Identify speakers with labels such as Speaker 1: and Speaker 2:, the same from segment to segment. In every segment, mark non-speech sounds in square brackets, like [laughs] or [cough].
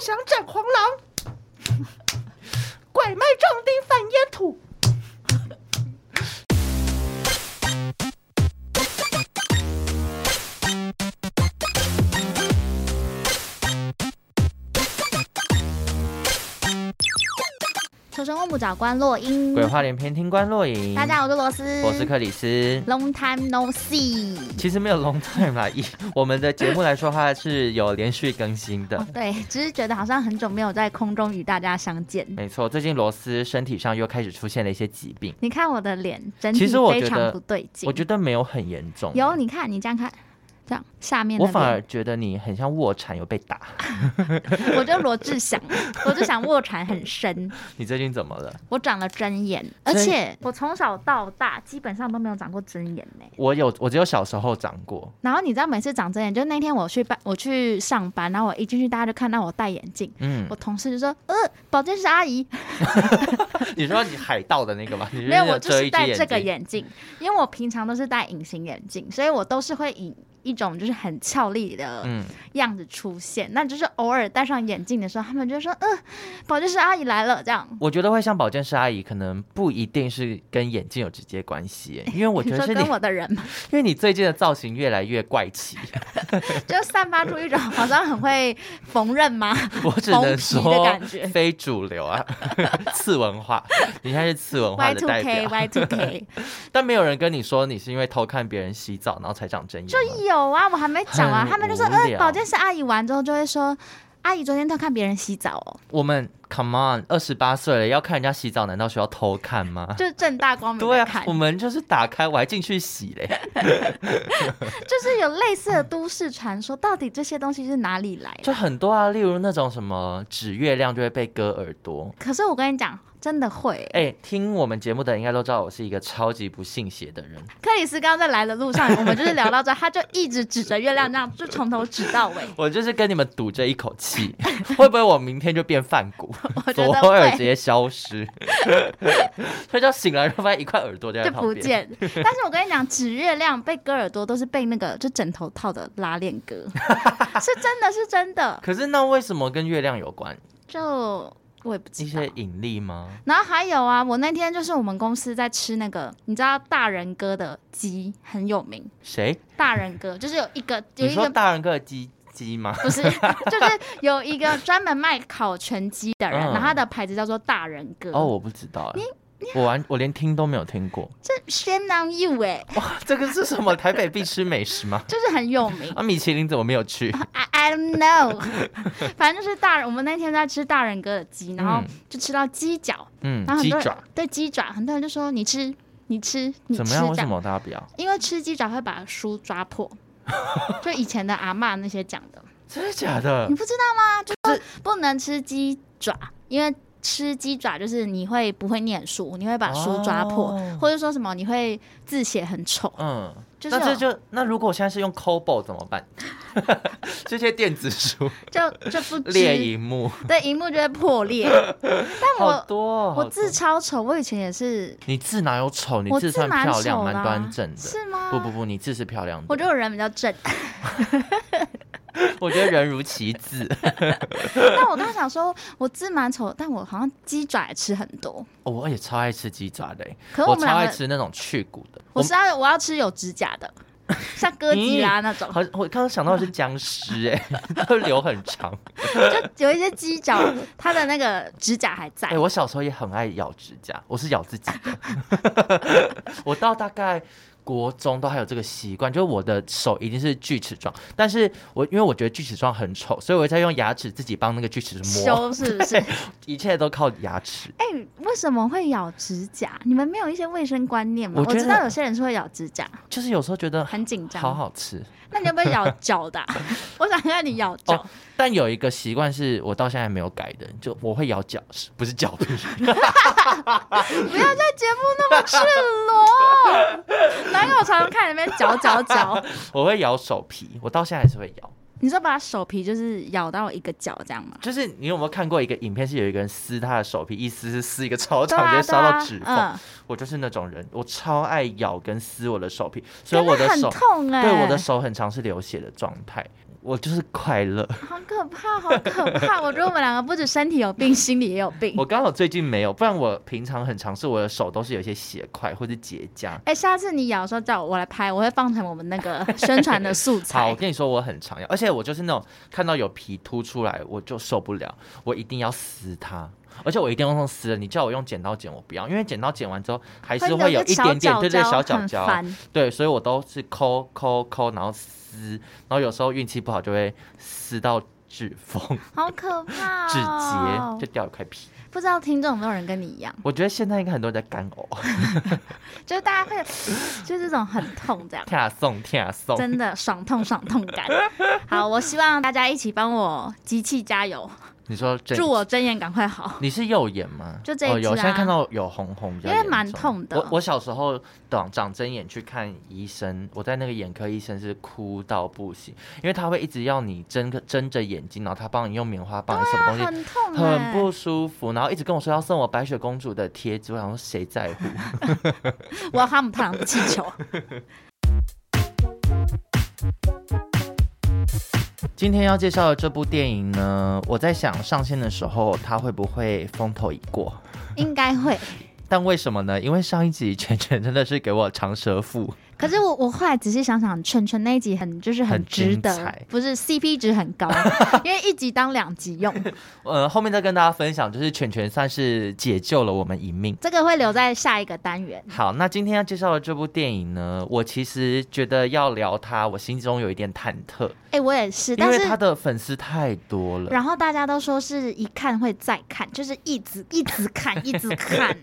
Speaker 1: 想斩黄狼，拐卖壮丁贩烟土。
Speaker 2: 求生问不找关洛英，
Speaker 3: 鬼话连篇，听官落影。
Speaker 2: 嗯大家好，我是罗斯，
Speaker 3: 我是克里斯。
Speaker 2: Long time no see。
Speaker 3: 其实没有 long time 啦，以我们的节目来说，它是有连续更新的。
Speaker 2: 哦对，只是觉得好像很久没有在空中与大家相见。
Speaker 3: 没错，最近罗斯身体上又开始出现了一些疾病，
Speaker 2: 你看我的脸，整体
Speaker 3: 其实我
Speaker 2: 非
Speaker 3: 觉
Speaker 2: 常
Speaker 3: 得
Speaker 2: 不对劲。
Speaker 3: 我觉得没有很严重。
Speaker 2: 有，你看你这样看，这样下面
Speaker 3: 我
Speaker 2: 那
Speaker 3: 反而
Speaker 2: 边，
Speaker 3: 觉得你很像卧蚕有被打。 [laughs]
Speaker 2: 我就罗志祥，罗志祥卧蚕很
Speaker 3: [laughs]
Speaker 2: 深，
Speaker 3: 你最近怎么了？
Speaker 2: 我长了针眼，而且我从小到大基本上都没有长过针眼呢、
Speaker 3: 我有，我只有小时候长过。
Speaker 2: 然后你知道每次长针眼，就那天我去办，我去上班，然后我一进去，大家就看到我戴眼镜，
Speaker 3: 嗯
Speaker 2: 我，同事就说：“呃，保健室阿姨，
Speaker 3: 你说你海盗的那个吗？你
Speaker 2: 没有，我就
Speaker 3: 遮
Speaker 2: 是
Speaker 3: 一只
Speaker 2: 戴
Speaker 3: 眼
Speaker 2: 这个
Speaker 3: 睛
Speaker 2: 眼镜，因为我平常都是戴隐形眼镜，所以我都是会以一种就是很俏丽的
Speaker 3: 嗯，
Speaker 2: 样子出现。那就是偶尔戴上眼镜的时候，他们就说：‘呃，保健室阿姨来了’这样。”
Speaker 3: 我觉得会像保健师阿姨，可能不一定是跟眼睛有直接关系，因为我
Speaker 2: 你
Speaker 3: 觉得
Speaker 2: 说
Speaker 3: 是你，
Speaker 2: 跟我的人嘛， [laughs]
Speaker 3: 因为你最近的造型越来越怪奇，
Speaker 2: 就散发出一种好像很会缝纫吗？
Speaker 3: [laughs] 我只能
Speaker 2: 红皮的
Speaker 3: 说
Speaker 2: 感觉
Speaker 3: 非主流啊， [laughs] 次文化，你现在是次文化
Speaker 2: Y
Speaker 3: 的
Speaker 2: two
Speaker 3: 代
Speaker 2: K
Speaker 3: 表，
Speaker 2: Y two
Speaker 3: [laughs]
Speaker 2: K
Speaker 3: 但没有人跟你说你是因为偷看别人洗澡然后才长针眼吗。
Speaker 2: 有啊，我还没讲完，
Speaker 3: 很
Speaker 2: 他们就说
Speaker 3: 无
Speaker 2: 呃，
Speaker 3: 聊
Speaker 2: 保健室阿姨完之后就会说，阿姨昨天偷看别人洗澡哦，
Speaker 3: 我们 come on，二十八岁了要看人家洗澡，难道需要偷看吗？
Speaker 2: 就是正大光明
Speaker 3: 对
Speaker 2: 的
Speaker 3: 啊
Speaker 2: 看，，
Speaker 3: 我们就是打开，我还进去洗嘞。
Speaker 2: 就是有类似的都市传说，到底这些东西是哪里来的？
Speaker 3: 就很多啊，例如那种什么指月亮就会被割耳朵。
Speaker 2: 可是我跟你讲，真的会。
Speaker 3: 哎、听我们节目的人应该都知道，我是一个超级不信邪的人。
Speaker 2: 克里斯刚刚在来的路上，我们就是聊到这，他就一直指着月亮，这样就从头指到尾。
Speaker 3: 我就是跟你们赌这一口气，会不会我明天就变饭骨，
Speaker 2: [laughs] [laughs] 我觉
Speaker 3: 左
Speaker 2: 得
Speaker 3: 耳
Speaker 2: 会
Speaker 3: 直接消失？ [laughs] 所以就醒来就发现一块耳朵就在
Speaker 2: 就
Speaker 3: 旁
Speaker 2: 不
Speaker 3: 边。
Speaker 2: 见。但是我跟你讲，指月亮被割耳朵都是被那个就枕头套的拉链
Speaker 3: [laughs]
Speaker 2: 割，是真的是真的。
Speaker 3: 可是那为什么跟月亮有关？
Speaker 2: 就我也不知
Speaker 3: 一
Speaker 2: 道
Speaker 3: 些。引力吗？
Speaker 2: 然后还有啊，我那天就是我们公司在吃那个，你知道大人哥的鸡很有名，
Speaker 3: 谁？
Speaker 2: 大人哥就是有一个有
Speaker 3: 你
Speaker 2: 一
Speaker 3: 说
Speaker 2: 个
Speaker 3: 大人哥的鸡鸡吗？
Speaker 2: 不是， [laughs] 就是有一个专门卖烤全鸡的人，
Speaker 3: 嗯
Speaker 2: 然后他的牌子叫做大人哥。
Speaker 3: 哦，，我不知道哎、我完我连听都没有听过。 [laughs]
Speaker 2: 这 shame on you 哎、
Speaker 3: 哇，这个是什么？台北必吃美食吗？ [laughs]
Speaker 2: 就是很有名。
Speaker 3: 啊，米其林怎么没有去？
Speaker 2: I I don't know，反 [laughs] 正就是大人，我们那天在吃大人哥的鸡，然后
Speaker 3: 嗯
Speaker 2: 就吃到鸡脚，
Speaker 3: 嗯
Speaker 2: 然，后啊很
Speaker 3: 鸡
Speaker 2: 多人
Speaker 3: 爪
Speaker 2: 对鸡爪，很多人就说你吃你吃你吃
Speaker 3: 怎么
Speaker 2: 这
Speaker 3: 样？为什么大家不要？
Speaker 2: 因为吃鸡爪会把书抓
Speaker 3: [laughs]
Speaker 2: 破，就以前的阿嬷那些讲的，
Speaker 3: 真的假的
Speaker 2: 你？不知道吗？就是不能吃鸡爪，因为吃鸡爪就是你会不会念书，你会把书抓破，
Speaker 3: 哦
Speaker 2: 或者说什么你会字写很丑，
Speaker 3: 嗯，
Speaker 2: 就是
Speaker 3: 那
Speaker 2: 有
Speaker 3: 这就那如果我现在是用 Kobo 怎么办？ [laughs] 这些电子
Speaker 2: [laughs]
Speaker 3: 书
Speaker 2: 就就不
Speaker 3: 列
Speaker 2: 知
Speaker 3: 荧幕
Speaker 2: 对荧幕就会破裂。
Speaker 3: 哦
Speaker 2: 但
Speaker 3: 好
Speaker 2: 我
Speaker 3: 多哦，好
Speaker 2: 我
Speaker 3: 多
Speaker 2: 字超丑，我以前也是，
Speaker 3: 你字哪有丑？你
Speaker 2: 我
Speaker 3: 字
Speaker 2: 字
Speaker 3: 算
Speaker 2: 蛮
Speaker 3: 漂亮，
Speaker 2: 丑的啊
Speaker 3: 蛮端正的。
Speaker 2: 是吗？
Speaker 3: 不不，不，你字是漂亮的。
Speaker 2: 我觉得我人比较正。 [laughs]
Speaker 3: [laughs] 我觉得人如其字。 [laughs]
Speaker 2: 但我刚刚想说，我字蛮丑，但我好像鸡爪也吃很多。
Speaker 3: 哦我也超爱吃鸡爪的欸，
Speaker 2: 可是
Speaker 3: 我
Speaker 2: 我们
Speaker 3: 超
Speaker 2: 两
Speaker 3: 爱
Speaker 2: 个，
Speaker 3: 吃那种去骨的。
Speaker 2: 我是要我要吃有指甲
Speaker 3: [laughs]
Speaker 2: 的，像哥吉拉那种。
Speaker 3: 好，我刚刚想到的是
Speaker 2: [laughs]
Speaker 3: 僵尸，哎，会留很长。 [laughs]
Speaker 2: 就有一些鸡脚，它的那个指甲还在
Speaker 3: 哎、。我小时候也很爱咬指甲，我是咬自己的。
Speaker 2: [laughs]
Speaker 3: 我到大概国中都还有这个习惯，就是我的手一定是锯齿状，但是我因为我觉得锯齿状很丑，所以我会在用牙齿自己帮那个锯齿磨，
Speaker 2: 修是不是？
Speaker 3: 一切都靠牙齿。
Speaker 2: 哎、为什么会咬指甲？你们没有一些卫生观念吗？
Speaker 3: 我
Speaker 2: 我
Speaker 3: 觉得
Speaker 2: 知道有些人是会咬指甲，
Speaker 3: 就是有时候觉得
Speaker 2: 很紧张。
Speaker 3: 好好吃，
Speaker 2: 那你要不要咬脚
Speaker 3: [laughs]
Speaker 2: 的啊、我想看你咬脚。
Speaker 3: 哦但有一个习惯是我到现在还没有改的，就我会咬脚，不是
Speaker 2: [laughs]
Speaker 3: 脚皮。
Speaker 2: 不要在节目那么赤裸。男友常常看里面嚼嚼嚼，
Speaker 3: 我会咬手皮，我到现在还是会咬。
Speaker 2: 你说把手皮就是咬到一个角这样吗？
Speaker 3: 就是你有没有看过一个影片，是有一个人撕他的手皮，一撕是撕一个超长，直接烧到指缝。
Speaker 2: 啊嗯，
Speaker 3: 我就是那种人，我超爱咬跟撕我的手皮，所以
Speaker 2: 真
Speaker 3: 我的
Speaker 2: 的很
Speaker 3: 手
Speaker 2: 痛哎、
Speaker 3: 对我的手很常是流血的状态。我就是快乐。 [laughs]
Speaker 2: 好可怕，好可怕！我觉得我们两个不止身体有病，心里也有病。
Speaker 3: 我刚好最近没有，不然我平常很尝试，我的手都是有一些血块或者结痂。
Speaker 2: 哎、下次你咬的时候叫我我来拍，我会放成我们那个宣传的素
Speaker 3: 好，
Speaker 2: 材。
Speaker 3: 我跟你说，我很常咬，而且我就是那种看到有皮凸出来我就受不了，我一定要撕它，而且我一定要用撕的。你叫我用剪刀剪，我不要，因为剪刀剪完之后还是哎会有
Speaker 2: 有
Speaker 3: 一点点对对小角
Speaker 2: 很
Speaker 3: 角，
Speaker 2: 烦。
Speaker 3: 对，所以我都是抠抠抠，然后撕，然后有时候运气不好就会撕到指缝、
Speaker 2: 好
Speaker 3: [laughs]
Speaker 2: 可怕、
Speaker 3: 指
Speaker 2: 哦！
Speaker 3: 节，就掉一块皮。
Speaker 2: 不知道听众有没有人跟你一样，
Speaker 3: 我觉得现在应该很多人在干呕， [laughs]
Speaker 2: 就是大家会就是这种很痛这样。
Speaker 3: 跳送跳送，
Speaker 2: 真的爽痛爽痛
Speaker 3: [laughs]
Speaker 2: 感，好，我希望大家一起帮我集气加油，
Speaker 3: 你说这
Speaker 2: 祝我真眼赶快好。
Speaker 3: 你是右眼吗？
Speaker 2: 就这一
Speaker 3: 哦，有
Speaker 2: 只
Speaker 3: 现在
Speaker 2: 啊
Speaker 3: 看到有红红，比较
Speaker 2: 因为
Speaker 3: 严
Speaker 2: 蛮
Speaker 3: 重
Speaker 2: 痛的
Speaker 3: 我我小时候长长针眼去看医生，我在那个眼科医生是哭到不行，因为他会一直要你睁个睁着眼睛，然后他帮你用棉花棒还是什么东西。
Speaker 2: 啊很痛、欸，
Speaker 3: 很不舒服，然后一直跟我说要送我白雪公主的贴纸，我想说谁在乎？ [laughs]
Speaker 2: 我要哈姆太郎的气球。
Speaker 3: 今天要介绍的这部电影呢，我在想上线的时候它会不会风头已过？
Speaker 2: 应该会。
Speaker 3: 但为什么呢？因为上一集 [laughs] 全全真的是给我长舌妇，
Speaker 2: 可是我我后来仔细想想，蠢蠢那一集很就是
Speaker 3: 很
Speaker 2: 值
Speaker 3: 精彩
Speaker 2: 得，不
Speaker 3: [laughs]
Speaker 2: 是 CP 值很高，因为一集当两集用，
Speaker 3: 呃，后面再跟大家分享，就是犬犬算是解救了我们一命。
Speaker 2: 这个会留在下一个单元。
Speaker 3: 好，那今天要介绍的这部电影呢，我其实觉得要聊它，我心中有一点忐忑，
Speaker 2: 哎、我也是，
Speaker 3: 因
Speaker 2: 但
Speaker 3: 为
Speaker 2: 是
Speaker 3: 它的粉丝太多了。
Speaker 2: 然后大家都说是一看会再看，就是一直一直看一直
Speaker 3: [laughs]
Speaker 2: 看，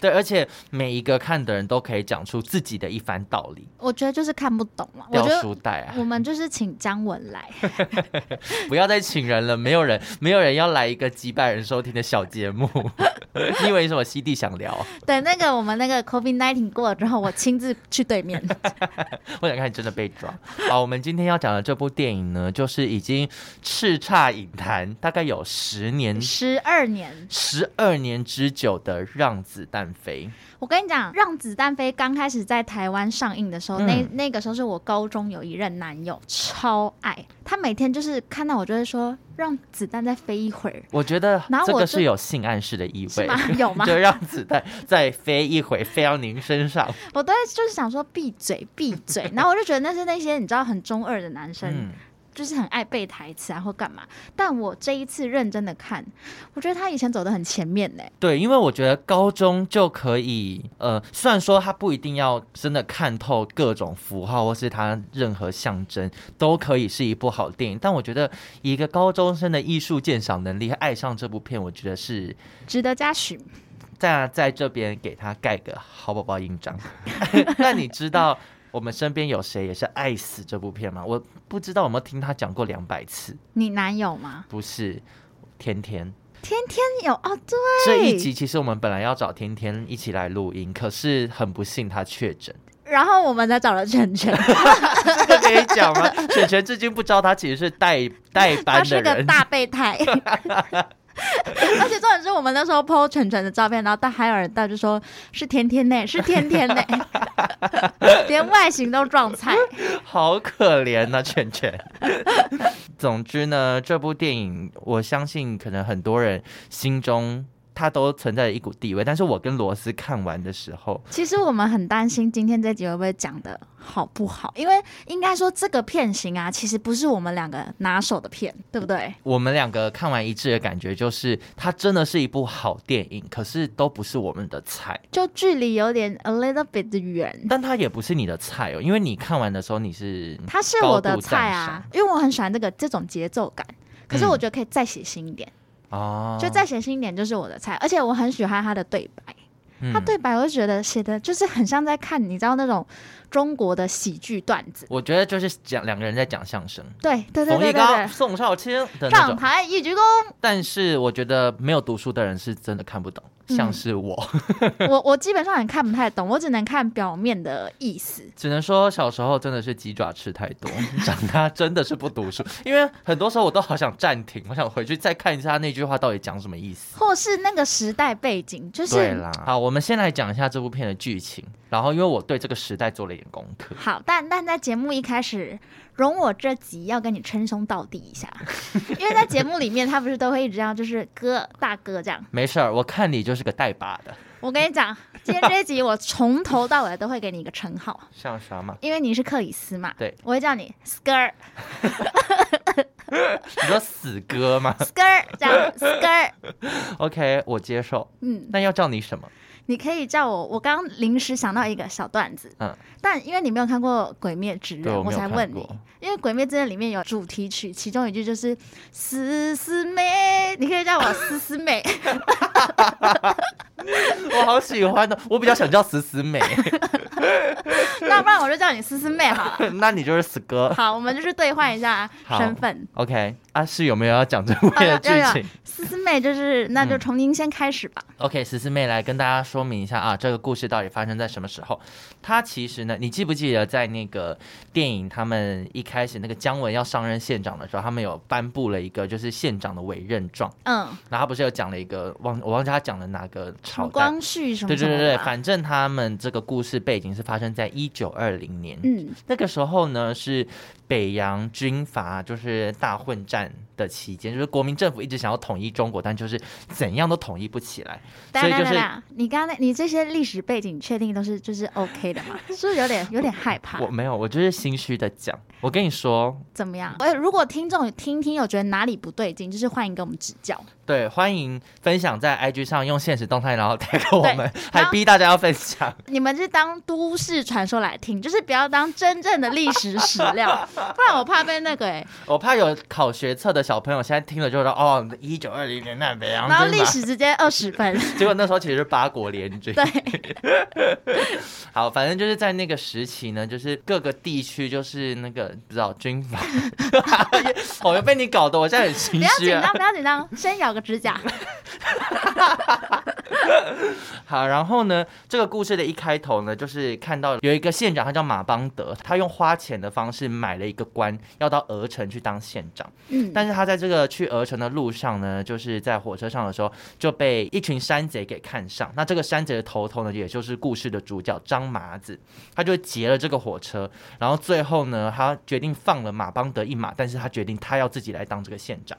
Speaker 3: 对，而且每一个看的人都可以讲出自己的一番道理。
Speaker 2: 我觉得就是看不懂了。我
Speaker 3: 掉
Speaker 2: 觉得
Speaker 3: 书袋啊
Speaker 2: [laughs] 我！们就是请姜文来，
Speaker 3: 不要再请人了，没有人，没有人要来一个几百人收听的小节目。 [laughs] 你以为你什么西地想聊？
Speaker 2: 等那个我们那个 COVID nineteen 过了之后，我亲自去对面。
Speaker 3: 我想看你真的被抓。好，我们今天要讲的这部电影呢，就是已经叱咤影坛大概有十年、
Speaker 2: 十二年，
Speaker 3: 十二年之久的《让子弹飞》。
Speaker 2: 我跟你讲，《让子弹飞》刚开始在台湾上映的时
Speaker 3: 嗯
Speaker 2: 候，那那个时候是我高中有一任男友，超爱他，每天就是看到我就会说让子弹再飞一会儿，
Speaker 3: 我觉得
Speaker 2: 然后
Speaker 3: 这
Speaker 2: 我
Speaker 3: 个
Speaker 2: 就是
Speaker 3: 有性暗示的意
Speaker 2: 是
Speaker 3: 味
Speaker 2: 吗，？有吗？
Speaker 3: [laughs] 就让子弹再飞一回，飞到您身上。
Speaker 2: 我都会就是想说闭嘴闭嘴，然后我就觉得那是那些你知道很中二的男生，
Speaker 3: 嗯，
Speaker 2: 就是很爱背台词啊或干嘛。但我这一次认真的看，我觉得他以前走的很前面呢、
Speaker 3: 对，因为我觉得高中就可以，呃，虽然说他不一定要真的看透各种符号或是它任何象征，都可以是一部好电影。但我觉得以一个高中生的艺术鉴赏能力爱上这部片，我觉得是
Speaker 2: 值得嘉许。
Speaker 3: 在在这边给他盖个好宝宝印章。 [laughs] 那你知道我们身边有谁也是爱死这部片吗？我不知道有没有听他讲过两百次，
Speaker 2: 你男友吗？
Speaker 3: 不是天天。
Speaker 2: 天天有哦，对，
Speaker 3: 这一集其实我们本来要找天天一起来录音，可是很不幸他确
Speaker 2: [laughs]
Speaker 3: 诊，
Speaker 2: 然后我们才找了晨晨，
Speaker 3: 这个可以讲吗？ [laughs] 璇璇至今不知道他其实是代代
Speaker 2: [laughs] 他
Speaker 3: 班的
Speaker 2: 是个
Speaker 3: 人，
Speaker 2: 大备胎。 [laughs] 而且重点是我们那时候 PO 晨晨的照片，然后但还有人到就说是天天呢、是天天呢、 [laughs] 连外形都撞菜。
Speaker 3: 好可怜呐、璇璇。 [laughs] 总之呢，这部电影我相信可能很多人心中。它都存在一股地位，但是我跟罗斯看完的时候，
Speaker 2: 其实我们很担心今天这集会不会讲的好不好，因为应该说这个片型啊，其实不是我们两个拿手的片，对不对？
Speaker 3: 我们两个看完一致的感觉就是，它真的是一部好电影，可是都不是我们的菜。
Speaker 2: 就距离有点 a little bit 远。
Speaker 3: 但它也不是你的菜哦，因为你看完的时候你是嗯
Speaker 2: 它是我的菜啊，因为我很喜欢这个这种节奏感。可是我觉得可以再写新一点，
Speaker 3: 嗯哦，
Speaker 2: 就再写新一点就是我的菜，而且我很喜欢他的对白。
Speaker 3: 嗯
Speaker 2: 他对白，我就觉得写的就是很像在看，你知道那种中国的喜剧段子。
Speaker 3: 我觉得就是讲两个人在讲相声，
Speaker 2: 对对对
Speaker 3: 冯
Speaker 2: 对对
Speaker 3: 玉刚、
Speaker 2: 对，
Speaker 3: 宋少卿的那
Speaker 2: 上
Speaker 3: 种。
Speaker 2: 台一鞠躬。
Speaker 3: 但是我觉得没有读书的人是真的看不懂，
Speaker 2: 嗯
Speaker 3: 像是我， [laughs]
Speaker 2: 我我基本上也看不太懂，我只能看表面的意思。
Speaker 3: 只能说小时候真的是鸡爪吃太
Speaker 2: [laughs]
Speaker 3: 多，长大真的是不读书。因为很多时候我都好想暂停，我想回去再看一下他那句话到底讲什么意思。
Speaker 2: 或是那个时代背景，就
Speaker 3: 对
Speaker 2: 是
Speaker 3: 啦，好，我们先来讲一下这部片的剧情。然后因为我对这个时代做了一点功课，
Speaker 2: 好，但但在节目一开始，容我这集要跟你称兄道弟一下， [laughs] 因为在节目里面他不是都会一直这样，就是哥大哥这样。
Speaker 3: 没事儿，我看你就是个带把的，
Speaker 2: 我跟你讲，今天这一集我从头到尾都会给你一个称号，
Speaker 3: 像啥嘛？
Speaker 2: 因为你是克里斯嘛，
Speaker 3: 对，
Speaker 2: 我会叫你 skr
Speaker 3: 你说死
Speaker 2: [laughs]
Speaker 3: 哥吗
Speaker 2: skr 这样 skr，
Speaker 3: ？OK，我接受。
Speaker 2: 嗯，
Speaker 3: 那要叫你什么？
Speaker 2: 你可以叫我，我刚临时想到一个小段子，
Speaker 3: 嗯，
Speaker 2: 但因为你没有看过《鬼灭之刃
Speaker 3: 对，》，
Speaker 2: 我
Speaker 3: 没有
Speaker 2: 才
Speaker 3: 看
Speaker 2: 问你
Speaker 3: 过，。
Speaker 2: 因为《鬼灭之刃》里面有主题曲，其中一句就是“思思妹”，你可以叫我思思
Speaker 3: [laughs]
Speaker 2: 妹。
Speaker 3: 我好喜欢
Speaker 2: [laughs]
Speaker 3: 的，我比较想叫死死美，
Speaker 2: 那不然我就叫你思思妹好
Speaker 3: [laughs]
Speaker 2: 了。
Speaker 3: 那你就是死哥。
Speaker 2: 好，我们就是兑换一下
Speaker 3: 好
Speaker 2: 身份。
Speaker 3: OK，啊是有没有要讲这部片的剧
Speaker 2: 要要
Speaker 3: 情
Speaker 2: 思思妹就是，那就从您先开始吧。
Speaker 3: ？OK，十四妹来跟大家说明一下啊，这个故事到底发生在什么时候？它其实呢，你记不记得在那个电影他们一开始那个姜文要上任县长的时候，他们有颁布了一个就是县长的委任状，
Speaker 2: 嗯，
Speaker 3: 然后他不是有讲了一个忘我忘记他讲了哪个
Speaker 2: 什么
Speaker 3: 朝代？
Speaker 2: 光绪什么
Speaker 3: 对
Speaker 2: 什
Speaker 3: 对
Speaker 2: 么
Speaker 3: 对对，
Speaker 2: 吧
Speaker 3: 反正他们这个故事背景是发生在一九二零年。
Speaker 2: 嗯
Speaker 3: 那个时候呢，是北洋军阀就是大混战的期间，就是国民政府一直想要统一中国，但就是怎样都统一不起来，
Speaker 2: 当
Speaker 3: 所以
Speaker 2: 然
Speaker 3: 就
Speaker 2: 啦
Speaker 3: 是
Speaker 2: 啦，你刚才你这些历史背景你确定都是就是 OK 的嘛？是不是有点有点害怕
Speaker 3: 我？没有，我就是心虚的讲，我跟你说，
Speaker 2: 怎么样？哎，如果听众听听有觉得哪里不对劲，就是欢迎给我们指教。
Speaker 3: 对，欢迎分享在 IG 上用现实动态，然后 [laughs] 带给我
Speaker 2: 对
Speaker 3: 们，
Speaker 2: 然
Speaker 3: 还
Speaker 2: 后
Speaker 3: 逼大家要分享，
Speaker 2: 你们是当都市传说来听，就是不要当真正的历史史料，
Speaker 3: [laughs]
Speaker 2: 不然我怕被那个哎、
Speaker 3: 我怕有考学测的小朋友现在听了就说，哦，一九二零年代北洋
Speaker 2: 然后
Speaker 3: 军
Speaker 2: 历
Speaker 3: 阀，
Speaker 2: 史直接二十分。
Speaker 3: [laughs] 结果那时候其实是八国联军。
Speaker 2: 对，
Speaker 3: 好，反正就是在那个时期呢，就是各个地区就是那个不知道军阀， [laughs] 我又被你搞得我现在很
Speaker 2: 不
Speaker 3: 心
Speaker 2: 要紧
Speaker 3: 虚啊
Speaker 2: 张，。不要紧张，先咬个指甲。
Speaker 3: 好，然后呢，这个故事的一开头呢，就是看到有一个县长，他叫马邦德，他用花钱的方式买了一个官，要到鹅城去当县长。
Speaker 2: 嗯，
Speaker 3: 但是他在这个去鹅城的路上呢，就是在火车上的时候就被一群山贼给看上。那这个山贼的头头呢，也就是故事的主角张麻子，他就劫了这个火车，然后最后呢，他决定放了马邦德一马，但是他决定他要自己来当这个县长。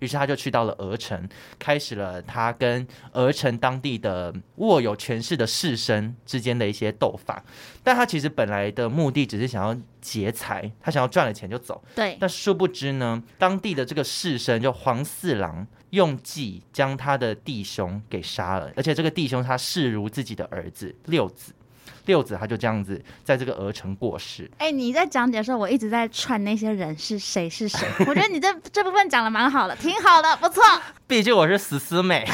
Speaker 3: 于是他就去到了鹅城，开始了他跟鹅城当地的握有权势的士绅之间的一些斗法。但他其实本来的目的只是想要劫财，他想要赚了钱就走。
Speaker 2: 对，
Speaker 3: 但殊不知呢，当地的这个士绅就黄四郎用计将他的弟兄给杀了，而且这个弟兄他视如自己的儿子六子，六子他就这样子在这个鹅城过世。
Speaker 2: 哎、你在讲解的时候，我一直在串那些人是谁是
Speaker 3: [laughs]
Speaker 2: 谁。我觉得你这这部分讲的蛮好的，挺好的，不错。
Speaker 3: 毕竟我是死死美，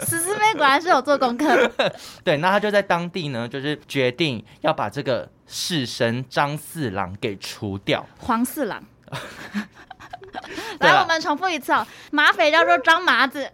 Speaker 2: 思思妹果然是有做功课的。
Speaker 3: 对，那他就在当地呢，就是决定要把这个士绅张四郎给除掉。
Speaker 2: 黄四郎。
Speaker 3: [laughs]
Speaker 2: [laughs]
Speaker 3: 对
Speaker 2: 来，
Speaker 3: 啊了
Speaker 2: 我们重复一次哦。马匪叫做张麻子，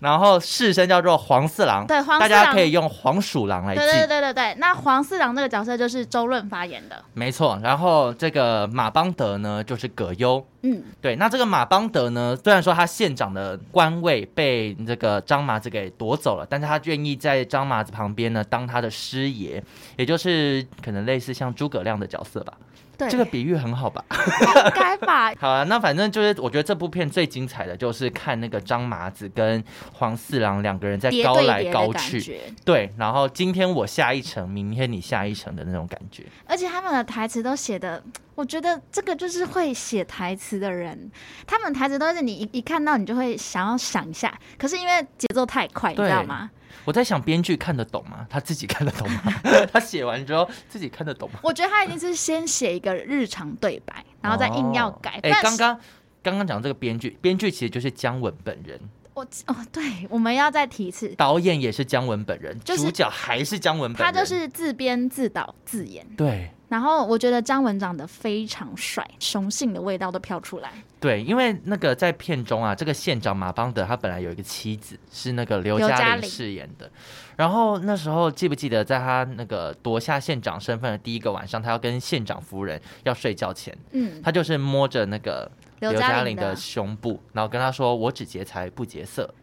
Speaker 3: 然后士绅叫做黄四郎，
Speaker 2: 对黄四
Speaker 3: 大
Speaker 2: 郎
Speaker 3: 家可以用黄鼠狼来
Speaker 2: 对
Speaker 3: 记。
Speaker 2: 对对对对。那黄四郎这个角色就是周润发演的。
Speaker 3: 没错，然后这个马邦德呢，就是葛优。
Speaker 2: 嗯，
Speaker 3: 对，那这个马邦德呢，虽然说他县长的官位被这个张麻子给夺走了，但是他愿意在张麻子旁边呢当他的师爷，也就是可能类似像诸葛亮的角色吧。
Speaker 2: 对，
Speaker 3: 这个比喻很好吧？ [laughs]
Speaker 2: 应该吧。
Speaker 3: 好啊，那反正就是我觉得这部片最精彩的就是看那个张麻子跟黄四郎两个人在
Speaker 2: 叠
Speaker 3: 高
Speaker 2: 对
Speaker 3: 来
Speaker 2: 叠
Speaker 3: 高
Speaker 2: 的感
Speaker 3: 去，
Speaker 2: 觉，
Speaker 3: 对，然后今天我下一城，明天你下一城的那种感觉。
Speaker 2: 而且他们的台词都写的，我觉得这个就是会写台词的人，他们台词都是你一一看到你就会想要想一下，可是因为节奏太快，你
Speaker 3: 对
Speaker 2: 知道吗？
Speaker 3: 我在想编剧看得懂吗？他自己看得懂吗？
Speaker 2: [laughs]
Speaker 3: 他写完之后自己看得懂吗？
Speaker 2: 我觉得他一定是先写一个日常对白，然后再硬要改。
Speaker 3: 哎、
Speaker 2: 但
Speaker 3: 刚
Speaker 2: 是
Speaker 3: 刚刚刚讲这个编剧，编剧其实就是姜文本人，
Speaker 2: 我哦，对，我们要再提一次，
Speaker 3: 导演也是姜文本人，
Speaker 2: 就是
Speaker 3: 主角还是姜文本
Speaker 2: 他
Speaker 3: 人，
Speaker 2: 就是自编自导自演。
Speaker 3: 对
Speaker 2: 然后我觉得张文长得非常帅，雄性的味道都飘出来。
Speaker 3: 对，因为那个在片中啊，这个县长马邦德他本来有一个妻子是那个刘
Speaker 2: 刘嘉
Speaker 3: 嘉玲
Speaker 2: 玲
Speaker 3: 饰演的，然后那时候记不记得在他那个夺下县长身份的第一个晚上，他要跟县长夫人要睡觉前，
Speaker 2: 嗯，
Speaker 3: 他就是摸着那个。
Speaker 2: 刘
Speaker 3: 刘嘉
Speaker 2: 玲
Speaker 3: 玲的胸部，然后跟他说：“我只劫财不劫色。”